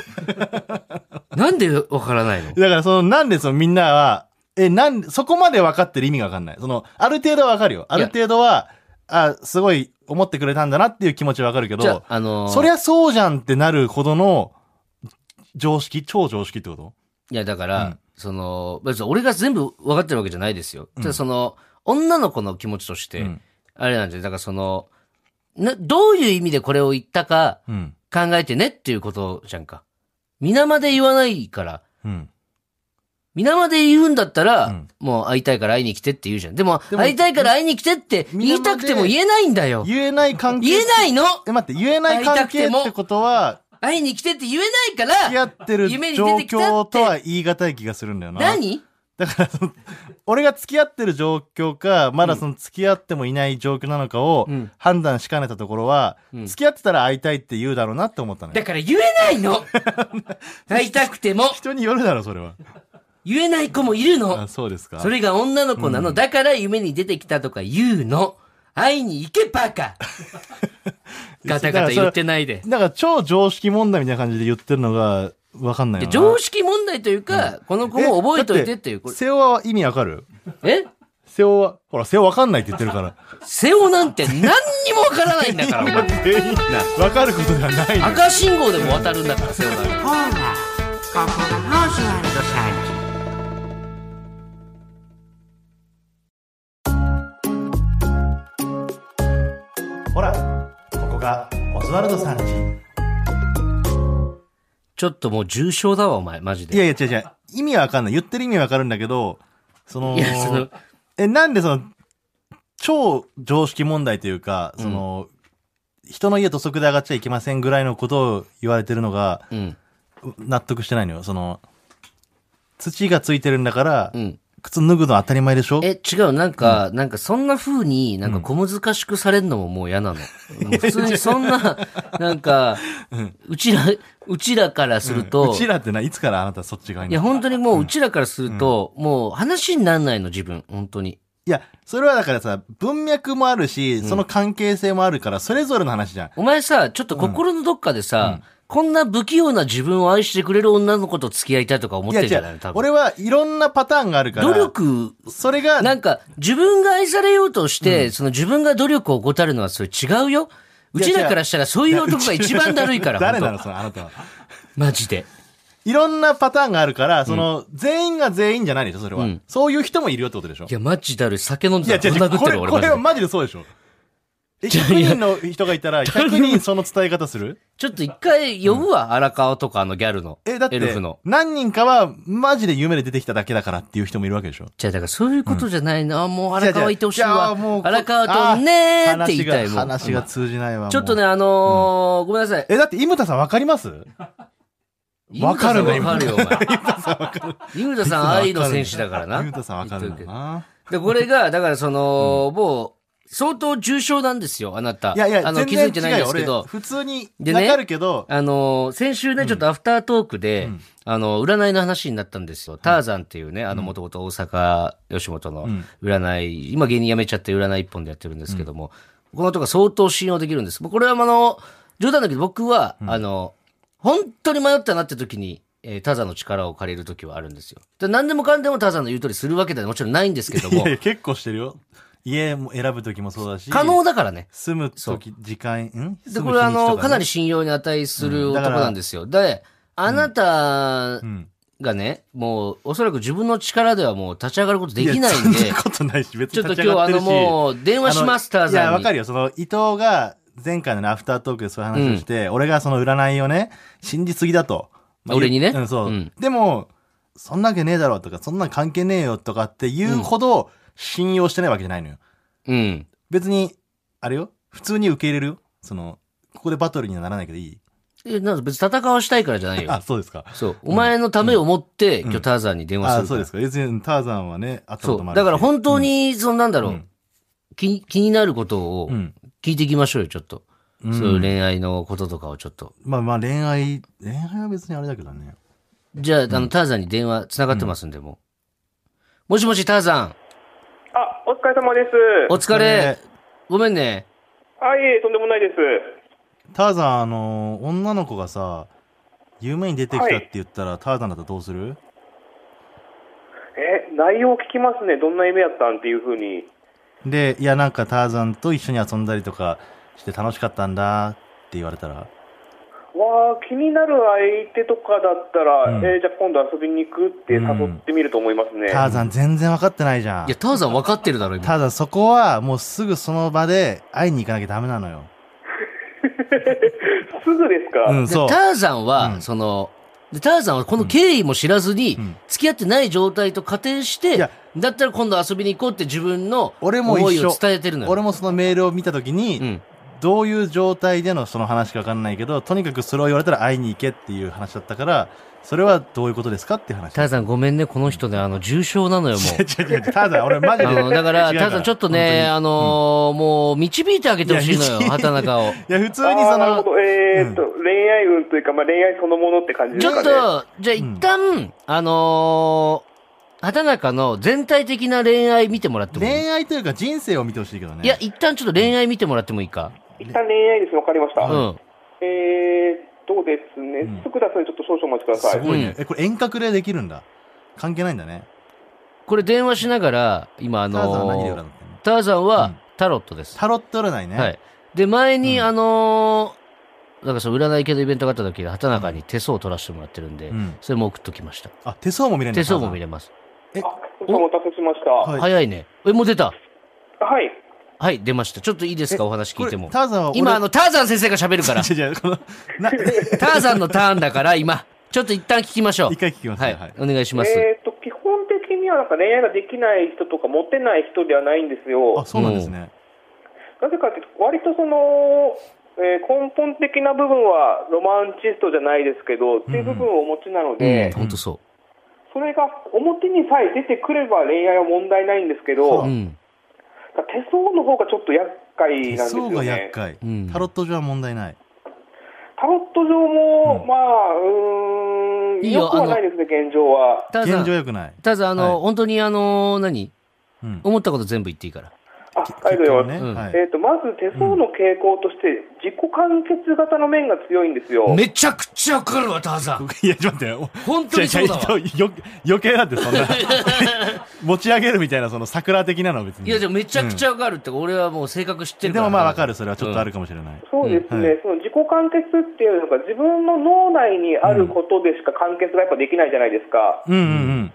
A: なんでわからないの
B: だからその、なんでそのみんなは、え、なんで、そこまで分かってる意味が分かんない。その、ある程度は分かるよ。ある程度は、あ、すごい思ってくれたんだなっていう気持ちは分かるけ
A: じゃ
B: ど、
A: あ、あのー
B: そりゃそうじゃんってなるほどの、常識超常識ってこと
A: いや、だから、
B: うん
A: その、別に俺が全部分かってるわけじゃないですよ。ただその、女の子の気持ちとして、
B: うん
A: あれなんで、だからその、な、どういう意味でこれを言ったか
B: うん。
A: 考えてねっていうことじゃんか。皆まで言わないから、
B: うん。
A: 皆まで言うんだったら、
B: うん
A: もう会いたいから会いに来てって言うじゃん。でも、
B: でも
A: 会いたいから会いに来てって言いたくても言えないんだよ。
B: 言えない関係。
A: 言えないの
B: え、待って、言えない関係ってことは、
A: 会いに来てって言えないか
B: 付き合
A: ら、
B: ってる状
A: 夢に出てきた
B: 況
A: って
B: とは言い難い気がするんだよな。
A: 何
B: だからその、俺が付き合ってる状況か、まだその付き合ってもいない状況なのかを
A: うん
B: 判断しかねたところは、
A: うん
B: 付き合ってたら会いたいって言うだろうなって思ったのよ
A: だ。から言えないの 会いたくても、
B: 人によるだろ、それは。
A: 言えない子もいるの
B: あ、。そうですか。
A: それが女の子なの。だから夢に出てきたとか言うの。会いに行けバ カガタガタ言ってないで。
B: だから超常識問題みたいな感じで言ってるのが、わかんない
A: で
B: よな。
A: 常識問題というか、この子も覚えといてっていう。
B: だ
A: こ
B: って瀬尾は意味わかる
A: れえ
B: 瀬尾は、ほら、瀬尾わかんないって言ってるから。
A: 瀬尾なんて何にもわからないんだから、お前。
B: 全 員な、わかることではないのよ
A: 赤信号でも渡るんだから、瀬尾なんて。
D: ほら、ここがオズワルドさんち。
B: ほら、ここが、オズワルドさんち。
A: ちょっともう重症だわ、お前、マジで。
B: いやいや、違う違う。意味はわかんない。言ってる意味はわかるんだけど、その、
A: いやその
B: え、なんでその、超常識問題というか、その、人の家土足で上がっちゃいけませんぐらいのことを言われてるのが、
A: うん。
B: 納得してないのよ。その、土がついてるんだから、
A: うん。
B: 靴脱ぐの当たり前でしょ
A: え、違う、なんか、なんかそんな風に、なんか小難しくされるのももう嫌なの。もう普通にそん な、なんか、うちら、うちらからすると、
B: うちらってな、いつからあなたそっち側
A: い
B: にい
A: や、
B: や、
A: 本当にもううちらからすると、もう話にならないの、自分。本当に。
B: それはだからさ、文脈もあるし、その関係性もあるから、それぞれの話じゃん。
A: お前さ、ちょっと心のどっかでさ、こんな不器用な自分を愛してくれる女の子と付き合いたいとか思って
B: いや、
A: るんじ
B: 違
A: ゃないの
B: う
A: 多。分。
B: 俺はいろんなパターンがあるから、
A: 努力、
B: それが、
A: なんか、自分が愛されようとして、その自分が努力を怠るのはそれ違うよ。うちらからしたらそういう男が一番だるい から、
B: 誰な
A: 本
B: のそのあなたは。
A: 当マジで。
B: いろんなパターンがあるから、その、全員が全員じゃないでしょ、それは。
A: うん
B: そういう人もいるよってことでしょ。
A: いや、マジだるい。酒飲ん
B: いや、
A: で
B: 違
A: た
B: う
A: らこ
B: 違
A: んな食っ
B: う、こ
A: て
B: れ、
A: る俺
B: こ
A: マ
B: れ
A: ジで。
B: はマジでそうでしょ。え
A: いや
B: 100人の人がいたら、100人その伝え方する
A: ちょっと一回呼ぶわ、荒川とかあのギャルの。
B: え、だっ
A: エ
B: て
A: ルフの。、
B: 何人かは、マジで夢で出てきただけだからっていう人もいるわけでしょ。
A: じゃあ、だからそういうことじゃないな。あもう荒川いてほしい
B: やや
A: わ
B: やもう。こ
A: 荒
B: あ
A: 川とねーって言いたいもん。
B: 話が話が通じないわ。
A: ちょっとね、
B: もう。
A: あのーごめんなさい。
B: え、だって、井村さんわかりますわかるの
A: 井村さんわかるよ、お前。井村さん、愛の選手だからな。
B: 井村さんわかるん
A: 言
B: だ
A: っとくけ
B: よ
A: ど
B: な。
A: で、これ が、だからその、もう、相当重症なんですよ、あなた。
B: いやいや、
A: あの、
B: 全
A: 気
B: 然違
A: づいてないん
B: う
A: で
B: よ
A: すけ
B: 俺
A: ど、
B: 普通に、
A: で
B: わ
A: ね
B: かるけど、
A: あの、先週ね、ちょっとアフタートークで、
B: うん
A: あの、占いの話になったんですよ。ターザンっていうね、あの、もともと大阪吉本の
B: うん
A: 占い、今芸人辞めちゃって占い一本でやってるんですけども、このとが相当信用できるんです。もうこれはあの、冗談だけど僕は、あの、本当に迷ったなって時に、えーターザンの力を借りる時はあるんですよ。で何でもかんでもターザンの言う通りするわけではもちろんないんですけど
B: い
A: も
B: やい、や、結構してるよ。家も選ぶときもそうだし。
A: 可能だからね。
B: 住むとき、時間、ん
A: で、
B: 住む
A: これはあ
B: 日にちと
A: の、
B: ね
A: かなり信用に値する
B: うんだ
A: 男
B: から
A: なんですよ。で、あなた
B: うん。
A: がね、もう、おそらく自分の力ではもう立ち上がることできないん
B: やそん
A: で
B: な、ことないし、別
A: ち
B: に
A: ょっと
B: 立ち
A: 今日
B: 上が
A: あ
B: ってる
A: の
B: し。
A: もう、電話します、ター
B: いや、
A: ザン
B: わ
A: に
B: か。るよ。その、伊藤が、前回のねアフタートークでそういう話をして、俺がその占いをね、信じすぎだと。
A: 俺にね
B: うん、そう。
A: うん
B: でも、そんなわけねえだろうとか、そんなん関係ねえよとかっていうほど、信用してないわけじゃないのよ。
A: うん。
B: 別に、あれよ普通に受け入れるよその、ここでバトルにはならないけどいい
A: えなんか別に戦わしたいからじゃないよ
B: あ、。そうですか。
A: そう。お前のためを思って、
B: ん
A: 今日ターザンに電話する
B: あ
A: から。
B: そうですか。別にターザンはね、あった
A: そ
B: こ
A: う
B: ともある
A: だ
B: し
A: から本当に、そのなんだろ
B: う。
A: うん気気になることを
B: うん
A: 聞いていきましょうよ、ちょっと。
B: う
A: そう
B: ん
A: いう恋愛のこととかをちょっと。
B: まあまあ恋愛、恋愛は別にあれだけどね。
A: じゃあ、あの、ターザンに電話繋がってますんで、もう。もしもし、ターザン。
E: あ、お疲れ様です。
A: お疲れ。ごめんね。
E: あ、いえ、とんでもないです。
B: ターザン、あの、女の子がさ、夢に出てきたって言ったら、ターザンだったらどうする
E: え、内容聞きますね。どんな夢やったんっていうふうに。
B: で、いやなんかターザンと一緒に遊んだりとかして楽しかったんだって言われたら、
E: わあ、気になる相手とかだったら、
B: うん
E: えーじゃあ今度遊びに行くって誘ってみると思いますね。
B: ターザン全然分かってないじゃ
A: いや、
B: ん。
A: ターザン分かってるだろ、今。
B: ターザンそこはもうすぐその場で会いに行かなきゃダメなのよ。
E: すぐですか、
B: うん、
A: で
B: そう。
A: ターザンは、
B: うん
A: その、でターザンはこの経緯も知らずに、
B: うん
A: 付き合ってない状態と仮定し
B: い
A: て
B: や、
A: だったら今度遊びに行こうって自分の
B: 俺も一緒
A: 思いを伝えてるのよ。
B: 俺もそのメールを見たときに、
A: うん。
B: どういう状態でのその話か分かんないけど、とにかくそれを言われたら会いに行けっていう話だったから、それはどういうことですかっていう話。
A: ターザンごめんね、この人ね、あの、重症なのよ、もう。
B: 違う違う違うターザン、俺マジ
A: あ
B: で。
A: の、だから、ターザンちょっとね、あ
B: 本
A: のーもう、導いてあげてほしいのよ、
B: いや
A: 畑中を。
B: 当に、いや、普通
E: あ
B: にそ
E: ーなるほ
B: の、
E: ど。えーっと、恋愛運というか、まあ、恋愛そのものって感じで
A: ち
E: す
A: ょ
E: か
A: っ
E: ね。
A: と、じゃあ一旦、あのー、畑中の全体的な恋愛見てもらってもいい
B: 恋愛というか人生を見てほしいけどね。
A: いや、、一旦ちょっと恋愛見てもらってもいいか。
E: 一旦恋愛ですね。わかりました。
A: うん。
E: えーっとですね、
B: うん
E: ちょっとください。ちょっと少々お待ちくださ
B: す
E: い。
B: ごいね。え、これ遠隔でできるんだ。関係ないんだね。
A: これ電話しながら、今あ
B: ターザンは何で占ってん
A: の
B: の
A: ターザン
B: う
A: は
B: ん
A: タロットです。
B: タロット占いね。
A: はい。で、前に、
B: うん
A: あのーなんかその占い系のイベントがあった時、畑中に手相を取らせてもらってるんで、
B: うん
A: それも送っときました。
B: あ、手相も見れるんだ
A: 手相も見れ
B: る。
A: ます。
E: あ、お待たせしました。
B: は
E: はい
A: 早いね。え、もう出た。
E: い。
A: はい、出ました。ちょっといいですか、お話聞いても
B: これ。ターザンは俺
A: 今、あの、ターザン先生が喋るから。
B: 違う違う、この、 な、
A: ターザンのターンだから、今。ちょっと一旦聞きましょう。
B: 一回聞きます
A: は
B: ね
A: い
B: はい。
A: お願いします。
E: えっ、と、基本的にはなんか恋愛ができない人とかモテない人ではないんですよ
B: あ、。そうなんですね。
E: なぜかというと、割とその、えー根本的な部分はロマンチストじゃないですけど、っていう部分をお持ちなの
A: うん、
E: で、
A: 本当そ
E: それが表にさえ出てくれば恋愛は問題ないんですけど、
A: う。うん。
E: 手相の方がちょっと厄介
B: 手
E: なんです
B: 相
E: よ
B: が
E: ね
B: 厄。介
A: うん。
B: タロット上は問題ない。
E: タロット上も、
B: うん
E: まあ、うーん、
A: いいよ
E: 良くはないですね、現状は。
A: ターザ
B: 現状
A: ン、
B: 良くない。
A: ターザン、あの、
B: は
A: 本当にあの、何
B: うん。
A: 思ったこと全部言っていいから。
E: あ、あり
B: 結
E: がとうご
B: 果
E: ざいます。
B: ね。
A: うん
B: はい。
E: えっとまず手相の傾向として、自己完結型の面が強いんですよ。
A: めちゃくちゃわかるわ、ターザン。
B: いや、ちょっと待ってよ。
A: 本当にそうだわ
B: ちょいちょいよ余計だって、そん な。持ち上げるみたいな、その桜的なのは別に。
A: いや、じゃあめちゃくちゃわかるって、俺はもう性格知ってる
B: で
A: から。
B: もまあわかる、それはちょっとあるかもしれない。
E: そうで
B: う
E: す
B: んは
E: ね、その自己完結っていうのが、自分の脳内にあることでしか完結がやっぱできないじゃないですか。
B: うんうん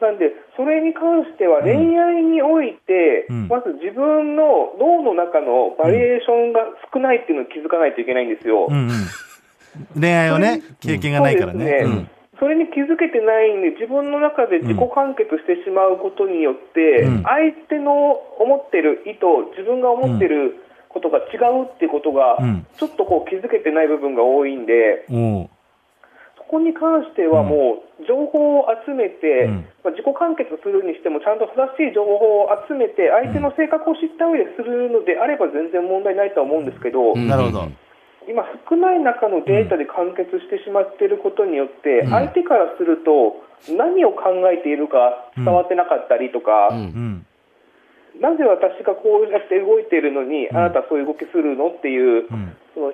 E: なんで、それに関しては、恋愛において、
B: うん
E: まず自分の脳の中のバリエーションが少ないっていうのに気づかないといけないんですよ。
B: うん。うんうん。恋愛をね、経験がないからね。
E: そうです
B: うん
E: それに気づけてないんで、自分の中で自己完結してしまうことによって、
B: うん
E: 相手の思ってる意図、自分が思ってることが違うってことが、
B: うん
E: ちょっとこう気づけてない部分が多いんで、
B: おう
E: そこに関してはもう、情報を集めて、
B: うん
E: まあ、自己完結するにしても、ちゃんと正しい情報を集めて、相手の性格を知った上でするのであれば、全然問題ないとは思うんですけど。
A: うん
B: なるほど。
E: 今、少ない中のデータで完結してしまっていることによって、
B: うん
E: 相手からすると、何を考えているか伝わってなかったりとか、
A: う。
B: うんん。
E: なぜ私がこうやって動いているのに、
B: ん
E: あなたはそういう動きするのっていう、
B: うん。
E: その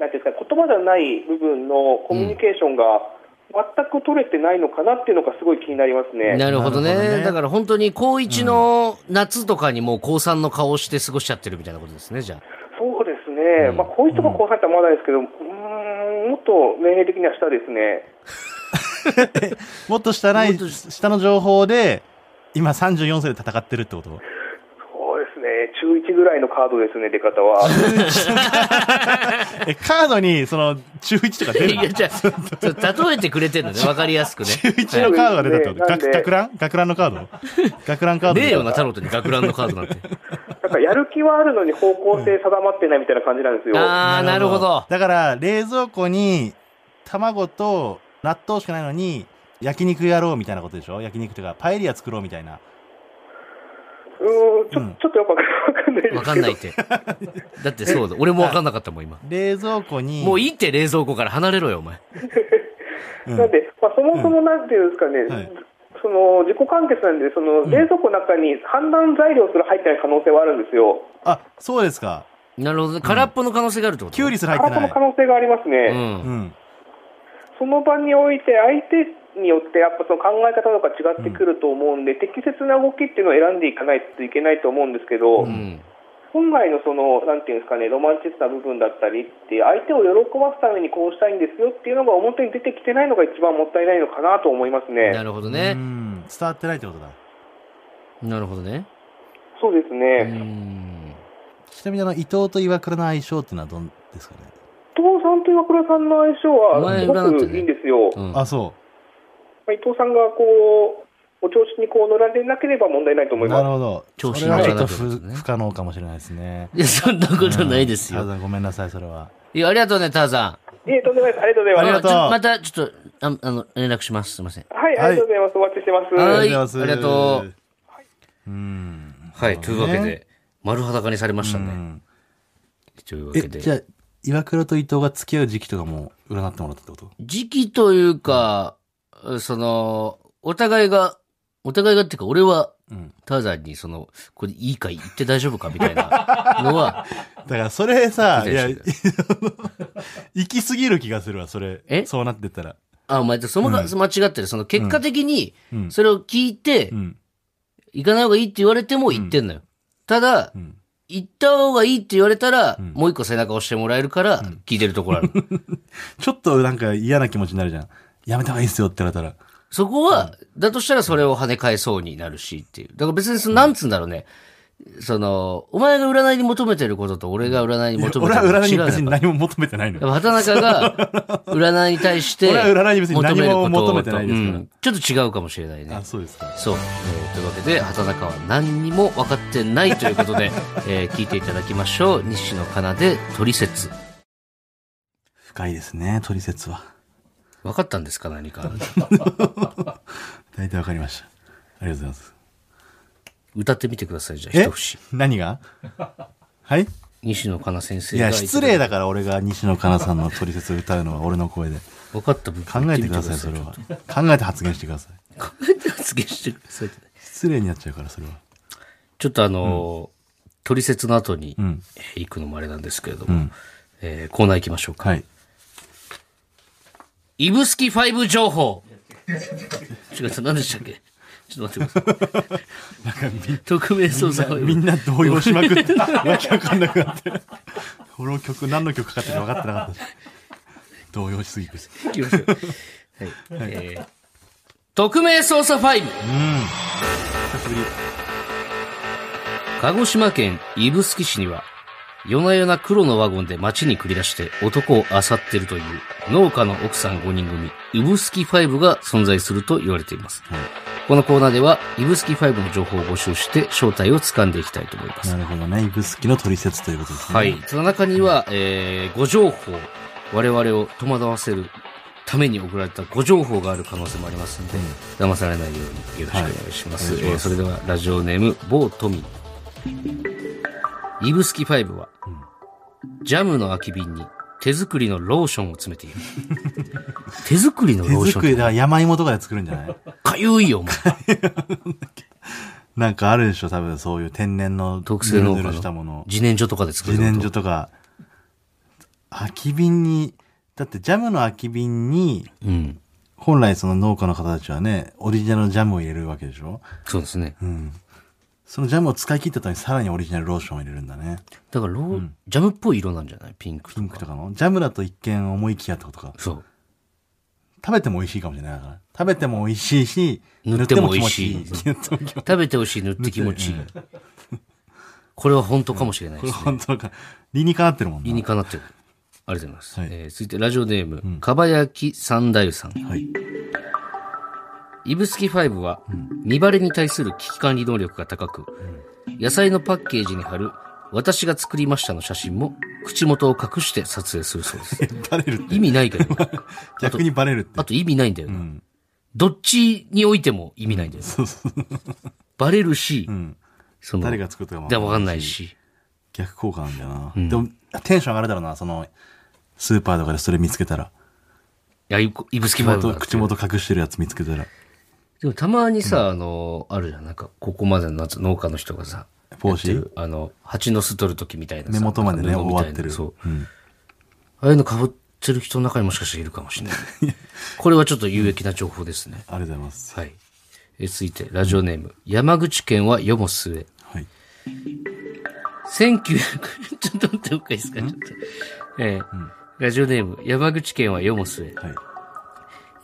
E: なんていうんですか、言葉じゃない部分のコミュニケーションが全く取れてないのかなっていうのがすごい気になりますね。
A: なるほど
B: なるほど
A: ね。
B: ね
A: だから本当に高一の夏とかにもう高三の顔して過ごしちゃってるみたいなことですね、じゃあ。
E: そうですね、まあ、こういう人がこうされたらまだですけど、うーん、もっと年齢的には下ですね。
B: もっと下な
A: も
B: い、
A: っと
B: 下の情報で、今34歳で戦ってるって こと
E: そうですね、中1ぐらいのカードですね、出方は。
B: え、カードに、その、中1とか出
A: い
B: るの
A: や、じゃあ、例えてくれてる のね、わかりやすくね。
B: 中1のカードが出たってこと
E: なんで
B: 学学ラン学ランのカード 学ランカード
A: ねえよな、タロットに学ランのカード なんて。
E: なんかやる気はあるのに方向性定まってないみたいな感じなんですよ。
A: ああ、なるほど。
B: だから、冷蔵庫に、卵と納豆しかないのに、焼肉やろうみたいなことでしょ焼肉とか、パエリア作ろうみたいな。
E: うーん、ちょ
B: うん
E: ちょっとよくわかんないですけど。
A: わかんない って。だってそうだ。俺もわかんなかったもん、今。
B: 冷蔵庫に、
A: もういいって、冷蔵庫から離れろよ、お前。
B: うん
E: なんで、まあ、そもそもなんていうんですかね、
B: はい
E: その自己完結なんで、その冷蔵庫の中に判断材料すら入ってない可能性はあるんですよ。
B: あ、そうですか。
A: なるほどね。空っぽの可能性があるってこと
B: キュウリすら入っ
E: 空
B: て
E: っぽ
B: な
E: の
B: い
E: 可。能性があります
A: う。
E: ね。
B: うんん。
E: その場において、相手によってやっぱその考え方とか違ってくると思うんで、適切な動きっていうのを選んでいかないといけないと思うんですけど。
A: うん。
E: 本来のその、なんていうんですかね、ロマンチストな部分だったりって、相手を喜ばすためにこうしたいんですよっていうのが表に出てきてないのが一番もったいないのかなと思います
A: な
E: ね。
A: るほど
B: う
A: ね。
B: ん。伝わってないってことだ。
A: なるほどね。
E: そうです
A: う
E: ね。
A: ん。
B: ちなみにあの、伊藤と岩倉の相性っていうのはどんですかね。
E: 伊藤さんと岩倉さんの相性は
A: 前
E: すご
A: 占ってね
E: くいいんですよ。
A: うん
B: あ、そ
E: まあ伊藤さんがこう、お調子にこう乗られなければ問題ないと思
B: う。
E: い
B: なる
E: ま
B: ほど。
A: 調子
B: そ
A: に
B: れ
A: 乗
B: はち
A: ら
B: ょっ
A: な
B: と
A: くなる
B: 不
A: ね
B: 不可能かもしれないですね。
A: いや、そんなこと ないです
B: うん
A: よ。
B: ターザンごめんなさい、それは。
A: いや、ありがとうね、ターザン。
E: す。いえ、とんでもないです。ありがとうござい
B: あり
E: ま
B: が
E: す。
B: とう
A: あちょまた、ちょっと、ああの、連絡します。すいません。
E: はい、ありがとうございます。お待ちしてます。
A: はい
B: ありがとうございます
A: ありがと
B: うん。
A: はい、というわけで、丸裸にされました
B: う
A: ね。
B: ん
A: というわ
B: え、
A: けで
B: じ。ゃあ、岩倉と伊藤が付き合う時期とかも占ってもらったってこと
A: 時期というか、その、お互いが、お互いがっていうか、俺は、
B: うん。
A: ターザンに、その、これいいか言って大丈夫かみた いなのは、
B: だから、それさ、いや、
A: い
B: 行き過ぎる気がするわ、それ。
A: え
B: そうなってったら。
A: あ、お前、その、間違ってる。その結果的に
B: う、ん
A: それを聞いて
B: う、ん。
A: 行かない方がいいって言われても行ってんのよ。ただ
B: ん、
A: 行った方がいいって言われたら、もう一個背中押してもらえるから、聞いてるところある。
B: ちょっとなんか嫌な気持ちになるじゃん。やめた方がいいっすよって言われたら。
A: そこは、だとしたらそれを跳ね返そうになるしっていう。だから別にその、なんつうんだろうね。その、お前が占いに求めてることと俺が占いに
B: いや
A: 求め
B: 俺
A: てる
B: は
A: こと
B: 占いに
A: 違う
B: 別に
A: ねやっぱ
B: 何も求めてないの
A: や
B: よ。
A: っぱ畑中 が占いに対して
B: 俺は占いに別に何も求めて
A: 求
B: な
A: め
B: い
A: ること
B: です
A: と
B: から
A: うんちょっと違うかもしれないね
B: あ、。そうですか。
A: そう、えーというわけで畑中は何にも分かってないということ で、えー聞いていただきましょう西野カナで「トリセツ
B: 深いですね、トリセツは。」
A: 分かったんですか何 か
B: 大体わかりました。ありがとうございます。
A: 歌ってみてくださいじゃあ一節
B: 何が はい
A: 西野カナ先生
B: い
A: が
B: や、失礼だから俺が西野カナさんのトリセツを歌うのは俺の声で。
A: 分かった分
B: 考えてください、それは。考えて発言してください。
A: 考えて発言してくださいって
B: 失礼になっちゃうから、それは。
A: ちょっとあのー、トリセツの後に、
B: ん
A: えー行くのもあれなんですけれども、えーコーナー行きましょうか。
B: はい。
A: イブスキ5情報。違う、何でしたっけちょっと待ってください。匿名捜査
B: みんな動揺しまく って、わけわかんなくなって。俺の曲、何の曲かかってるか分かってなかったし。動揺しすぎて。
A: 行きましょう。はい。えー匿名捜査5。
B: 久しぶり。
A: 鹿児島県指宿市には、夜な夜な黒のワゴンで街に繰り出して男を漁っているという農家の奥さん5人組、指宿5が存在すると言われています。このコーナーでは、指宿5の情報を募集して正体を掴んでいきたいと思います
B: な。るほどね。指宿のトリセツということですね。
A: はい。。その中には、えー、ご情報、我々を戸惑わせるために送られたご情報がある可能性もありますので、騙されないようによろしくお願いします。
B: はいお
A: え
B: 願
A: ー
B: いします
A: それでは、ラジオネーム、某トミー。イブスキ5は、ジャムの空き瓶に手作りのローションを詰めている。 手作りのロー
B: 手
A: ション
B: 作り、
A: っ
B: だから山芋とかで作るんじゃない
A: てかゆいよ、お 前。
B: なんかあるでしょ、多分そういう天然の
A: 特製農家
B: ぬるぬ
A: の
B: るしたもの。
A: 自然薯とかで作る
B: 自然薯
A: と。
B: とか。空き瓶に、だってジャムの空き瓶に、
A: うん。
B: 本来その農家の方たちはね、オリジナルのジャムを入れるわけでしょ
A: そうですね。
B: そのジャムを使い切った後にさらにオリジナルローションを入れるんだね。
A: だからロー、ジャムっぽい色なんじゃないピンクとか。
B: ピンクとかの。ジャムだと一見思いきやってことか。
A: そう。
B: 食べても美味しいかもしれないから。食べても美味しいし、
A: 塗っても美味しい
B: 塗っても気持ちいい。
A: 食べてほし い、塗って気持ちいい
B: 塗っ。
A: これは本当かもしれない
B: こ
A: で
B: れ
A: すね。
B: 本当か。理にかなってるもんな。
A: 理にかなってる。ありがとうございます。
B: はい
A: えー続いてラジオネーム、かばやき三太夫さん。
B: はい。
A: イブスキ5は、見バレに対する危機管理能力が高く、野菜のパッケージに貼る、私が作りましたの写真も、口元を隠して撮影するそうです。
B: バレるって。
A: 意味ないけど。
B: 逆にバレるって
A: あ。と意味ないんだよな。どっちにおいても意味ないんだよな。
B: そうそう。
A: バレるし、
B: ん
A: その、
B: 誰が作ったかも
A: でわかんない。し。
B: 逆効果なんだよな。でも、テンション上がるだろうな、その、スーパーとかでそれ見つけたら。
A: いや、イブイブスキ
B: 口
A: ファイブ
B: 元、
A: だって
B: 口元隠してるやつ見つけたら。
A: でもたまにさ、あの、あるじゃん。なんか、ここまでの夏農家の人がさ、
B: 帽子
A: やってるあの、蜂の巣取るときみたいなさ。
B: 目元までね、
A: なんか布
B: 覆
A: みたい
B: わ
A: な
B: ってる。
A: そう。
B: うん
A: ああいうの被ってる人の中にもしかしたらいるかも しれない。これはちょっと有益な情報ですね。
B: ありがとうございます。
A: はい。え続いて、ラジオネーム。山口県は世も末。
B: はい。
A: 1900ちょっと待ってもいいですか、ちょっと。えーラジオネーム、山口県は世も末。
B: はい。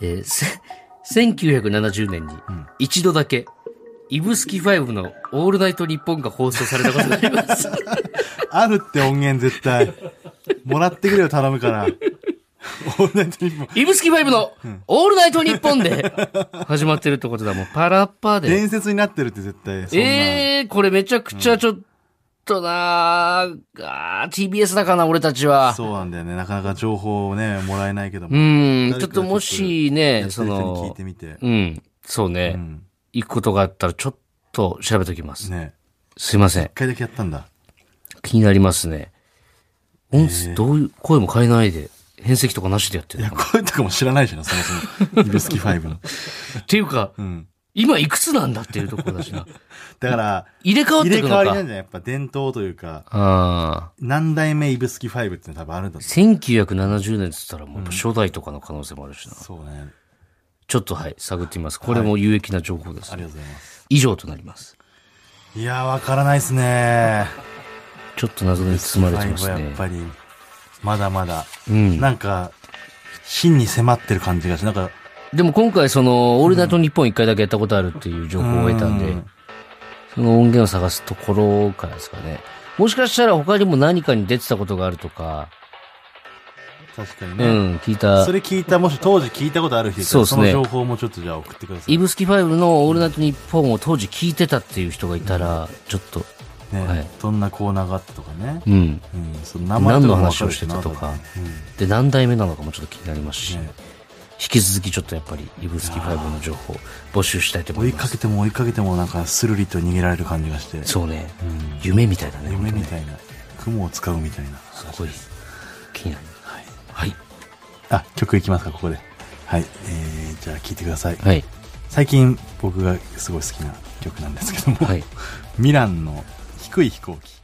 A: えーせ、1970年に一度だけ、イブスキ5のオールナイト日本が放送されたことがあります。
B: あるって音源絶対。もらってくれよ、頼む から。オールナイトニッポン
A: イブスキ5のオールナイト日本で始まってるってことだ。もうパラッパーで。
B: 伝説になってるって絶対。そんな。
A: えー、これめちゃくちゃちょっとなー、あー TBS だかな、俺たちは。
B: そうなんだよね。なかなか情報をね、もらえないけども。
A: うん、
B: 誰か
A: ちょっともしね、そ
B: やってる人に聞い
A: の
B: て、みて。
A: うん、そうね、
B: うん。
A: 行くことがあったらちょっと調べておきます。
B: ね
A: すいません
B: 一。回だけやったんだ。
A: 気になりますね。音声、どういう、声も変えないで、変跡とかなしでやって
B: い
A: るの
B: や、
A: かな
B: 声とかも知らないしな、そもそも。指宿ファイブの。
A: っていうか、
B: うん。
A: 今いくつなんだっていうところだしな。
B: だから、
A: 入れ替わっ
B: 入
A: て
B: れ
A: いく
B: 替
A: の
B: わりなんじゃ
A: か。
B: ないやっぱ伝統というか、
A: ああ。
B: 何代目指宿ファイブっていうの多分あるんだと
A: 1970年って言ったらもうやっぱ初代とかの可能性もあるしな。
B: 思う。そうね。
A: ちょっとはい、探ってみます。これも有益な情報です、
B: ありがとうございます。
A: 以上となります。
B: いやー、わからないですね。
A: ちょっと謎に包まれて
B: ファイ
A: ま
B: ブ
A: す
B: はや
A: ね
B: っ。ぱり、まだまだ、
A: うん。
B: なんか、真に迫ってる感じがし、なんか、
A: でも今回その、オールナイトニッポン一回だけやったことあるっていう情報を得たん
B: う
A: で
B: ん、
A: その音源を探すところからですかね。もしかしたら他にも何かに出てたことがあるとか、
B: 確かに
A: う
B: ね。
A: ん、聞いた
B: そ。れ聞いた、もし当時聞いたことある人いたら
A: そうっすね
B: その情報もちょっとじゃあ送ってくださ
A: イ
B: い。
A: ブスキファイブのオールナイトニッポンを当時聞いてたっていう人がいたら、ちょっと、
B: ね、
A: はい
B: どんなコーナーがあったとかね。
A: うん。
B: うん、その名前
A: 何
B: と
A: の
B: かもわ
A: 話
B: か
A: を
B: る
A: して
B: な
A: たとか
B: 多分ね、
A: で、何代目なのかもちょっと気になりますし
B: うんね、
A: 引き続きちょっとやっぱり、イブスキファイブの情報募集したいと思
B: 追
A: い
B: い
A: ま
B: かけ
A: す。
B: ても追いかけてもなんかスルリと逃げられる感じがして
A: そうね。夢みたいだね。
B: 夢みたいな雲を使うみたいな
A: すごい、気になる。はい。
B: あ曲いきますかここではい、えー、じゃあ聴いてください、
A: はい。
B: 最近僕がすごい好きな曲なんですけども、
A: はい。
B: ミランの「低い飛行機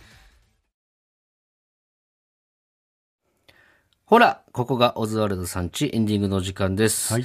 A: ほら、ここがオズワルドさんちエンディングの時間です。
B: は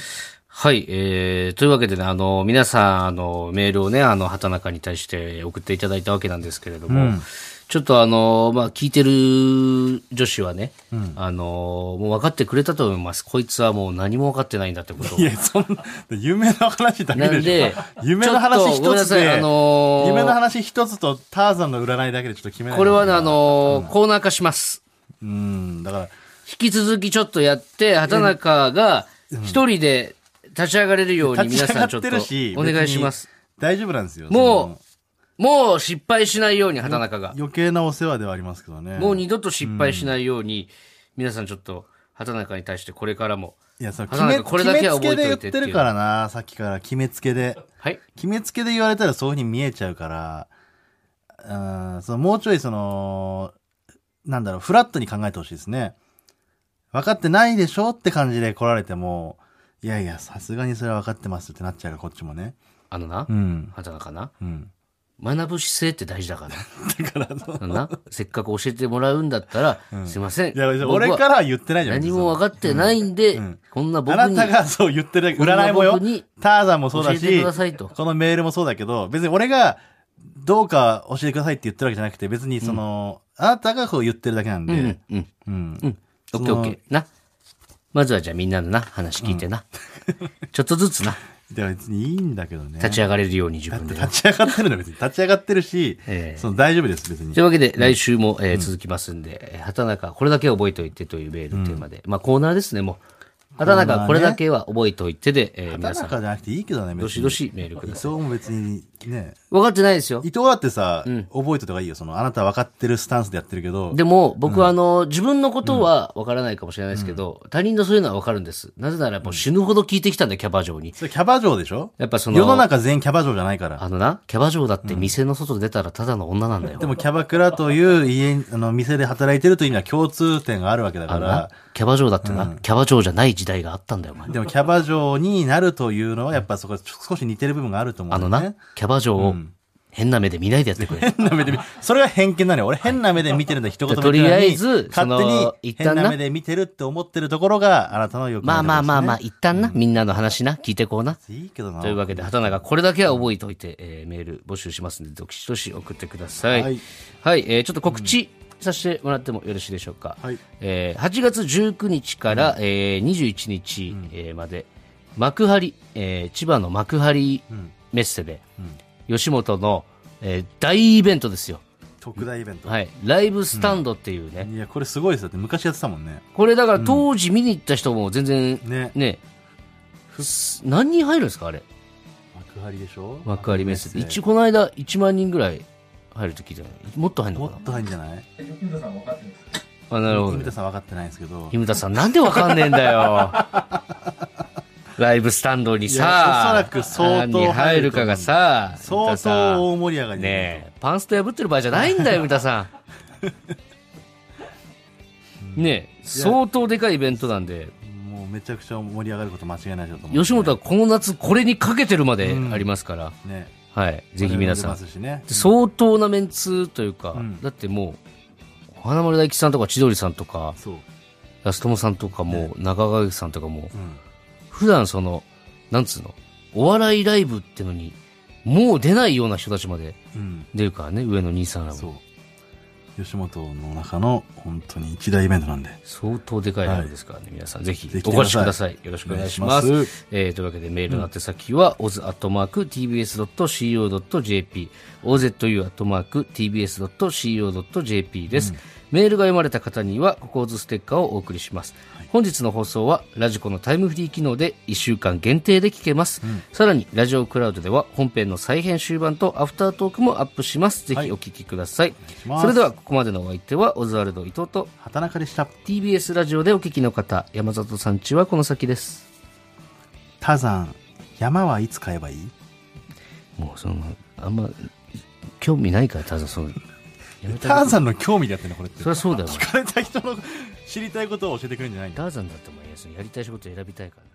A: はいい。えー、というわけでね、あの、皆さん、あの、メールをね、あの、畑中に対して送っていただいたわけなんですけれども、
B: うん
A: ちょっとあの、まあ、聞いてる女子はね、
B: ん
A: あの、もう分かってくれたと思います。こいつはもう何も分かってないんだってこと」を
B: い。やそんな夢の話だけ
A: な
B: で
A: ん
B: しょ、
A: で
B: 夢の
A: ちょ
B: 話
A: っとごめん
B: 一
A: な
B: つ
A: さい、
B: で、
A: あのー
B: 夢の話一つとターザンの占いだけでちょっと決めない
A: これはね、あ
B: な
A: のーコーナー化します。
B: うんだから
A: 引き続きちょっとやって、畑中が一人で立ち上がれるように
B: 立
A: 皆
B: ち上
A: さ
B: が
A: んちょ
B: っ
A: っと
B: てるし
A: お願いします。
B: 別に大丈夫なんですよ
A: もうもう失敗しないように畑中が
B: その。余計なお世話ではありますけどね
A: もう二度と失敗しないように、皆さんちょっと畑中に対してこれからも。
B: いや、それ、決
A: 花
B: め
A: 田君これだけは
B: 決めつけで言っ
A: 覚えといてってていう
B: るからな、さっきから、決めつけで。
A: はい。
B: 決めつけで言われたらそういう風に見えちゃうから、うん、その、もうちょいその、なんだろう、フラットに考えてほしいですね。分かってないでしょって感じで来られても、いやいや、さすがにそれは分かってますってなっちゃうから、こっちもね。
A: あのな、
B: うん。
A: 畑中な。
B: うん。
A: 学ぶ姿勢って大事だ からな。なせっかく教えてもらうんだったら、すいません。
B: いや、
A: 僕は
B: 俺からは言ってないじゃん。
A: 何も分かってないんで、こんな僕
B: あ
A: に。
B: なたがそう言ってるだけ、占いもよ
A: 僕に。
B: ターザンもそうだ
A: 教えて
B: し、
A: くださいと
B: このメールもそうだけど、別に俺がどうか教えてくださいって言ってるわけじゃなくて、別にその、あなたがこう言ってるだけなんで、
A: う
B: うん
A: ん。うん。
B: うん。
A: オッケーオッケー。な。まずはじゃあみんなのな、話聞いてな。ちょっとずつな、
B: では別にいいんだけどね。
A: 立ち上がれるように自分でな。
B: 立ち上がってるの別に。立ち上がってるし、
A: ええ
B: その大丈夫です、別に
A: とい。うわけで、来週も、えー続きますんで、えー畑中、これだけは覚えておいてというメールテーマで、まあコーナーですね、もう。畑
B: コーナー
A: 中、
B: ね
A: これだけは覚えておいてで、えー皆
B: 畑
A: さん、
B: 中じゃなくていいけどね、別に。
A: どしどしメールく
B: 伊
A: だ
B: 藤
A: さい。
B: も別にね、
A: 分かってないですよ
B: 伊。藤だってさ、覚えてた方がいいよ。その、あなた分かってるスタンスでやってるけど、
A: でも、僕はあの、自分のことは分からないかもしれないですけど、他人のそういうのは分かるんです。なぜならもう死ぬほど聞いてきたんだよ、キャバ嬢に。
B: それキャバ嬢でしょ
A: やっぱその
B: 世の中全員キャバ嬢じゃないから。
A: あのな、キャバ嬢だって店の外出たらただの女なんだよ。
B: でもキャバクラという家に、あの、店で働いてるというには共通点があるわけだか
A: あのな
B: ら、
A: キャバ嬢だってな、キャバ嬢じゃない時代があったんだよ、お前。
B: でもキャバ嬢になるというのはやっぱそこ少し似てる部分があると思
A: あ
B: うん
A: の
B: だよ
A: な
B: ね。、
A: キャバ嬢を変な目で見ないでやってくれ。
B: 変な目で見、それが偏見なのよ。俺変な目で見てるんだ、一言目
A: とりあえず
B: なのに
A: そ
B: 勝
A: の
B: 手に
A: 一旦
B: 変
A: な
B: な目で見てるって思ってるところがあなたの欲
A: まあまあまあまあ、
B: あ。
A: 一旦な、みんなの話な、聞いてこうな。
B: いいけどな。
A: というわけで、畑中、これだけは覚えておいて、えーメール募集しますので、どきどし送ってください。
B: は
A: はいい、えーちょっと告知させてもらってもよろしいでしょうか。
B: はい
A: えー8月19日から、えー21日、えーまで、幕張、えー千葉の幕張メッセで、吉本の、えー大イベントですよ。
B: 特大イベント。
A: はい。ライブスタンドっていうね、
B: いや、これすごいですよ。だって昔やってたもんね。
A: これだから当時見に行った人も全然、
B: ね
A: ね、す何人入るんですかあれ。
B: 幕張でしょ
A: 幕張メッセで。一
B: 応。
A: 応この間1万人ぐらい入ると聞いたよねもっと入る
B: も
A: のか
B: っと入るんじゃない
A: なあ、なるほ
B: 井
A: ど
B: 田。さん分かってないんですけど。
A: 日村さん、なんでわかんねえんだ よ。ライブスタンドに
B: いやおそら
A: さ、
B: く相当入ると思う
A: 何入るかがさ、
B: 相
A: 三田さん
B: 当大盛り上がりだよ
A: ねえ、パンスト破ってる場合じゃないん だよ、三田さん。ねえ、相当でかいイベントなんで、
B: もううめちゃくちゃ盛り上がること間違いないでしょうと思う。
A: 吉本はこの夏これにかけてるまでありますから、
B: ね。
A: はい、ぜひ皆さ
B: 我
A: ん
B: 々も出ますしね。
A: 相当なメンツというか、
B: ん
A: だってもう花丸大吉さんとか千鳥さんとか
B: そう。
A: 安友さんとかも、中川家さんとかも
B: うん。
A: 普段そのなんつうのお笑いライブってのにもう出ないような人たちまで
B: うん。
A: 出るからね上の兄さんら
B: そう
A: も。
B: 吉本の中の本当に一大イベントなんで。
A: 相当でかいライブですからね、皆さんぜひ
B: ぜひ来て
A: お
B: くだ
A: 越
B: さい
A: しくださいよろしくお願いします
B: お願いします
A: えーというわけでメールの宛先は、oz.tbs.co.jp ozu.tbs.co.jp です、メールが読まれた方にはココーズステッカーをお送りします、本日の放送はラジコのタイムフリー機能で1週間限定で聞けます、さらにラジオクラウドでは本編の再編集版とアフタートークもアップしますぜひお聞きください、
B: します
A: それではここまでのお相手はオズワルド伊藤と
B: 畑中でした。
A: TBS ラジオでお聞きの方山里さんちはこの先です
B: 多山、山はいつ買えばいい
A: もうそのあんま興味ないから多分そのやめた
B: タ
A: ら
B: ーザンの興味だってね、これって。
A: そりゃそうだよ
B: 聞かれた人の知りたいことを教えてくれるんじゃないんだ
A: ダーザンだってもいいやつやりたい仕事選びたいから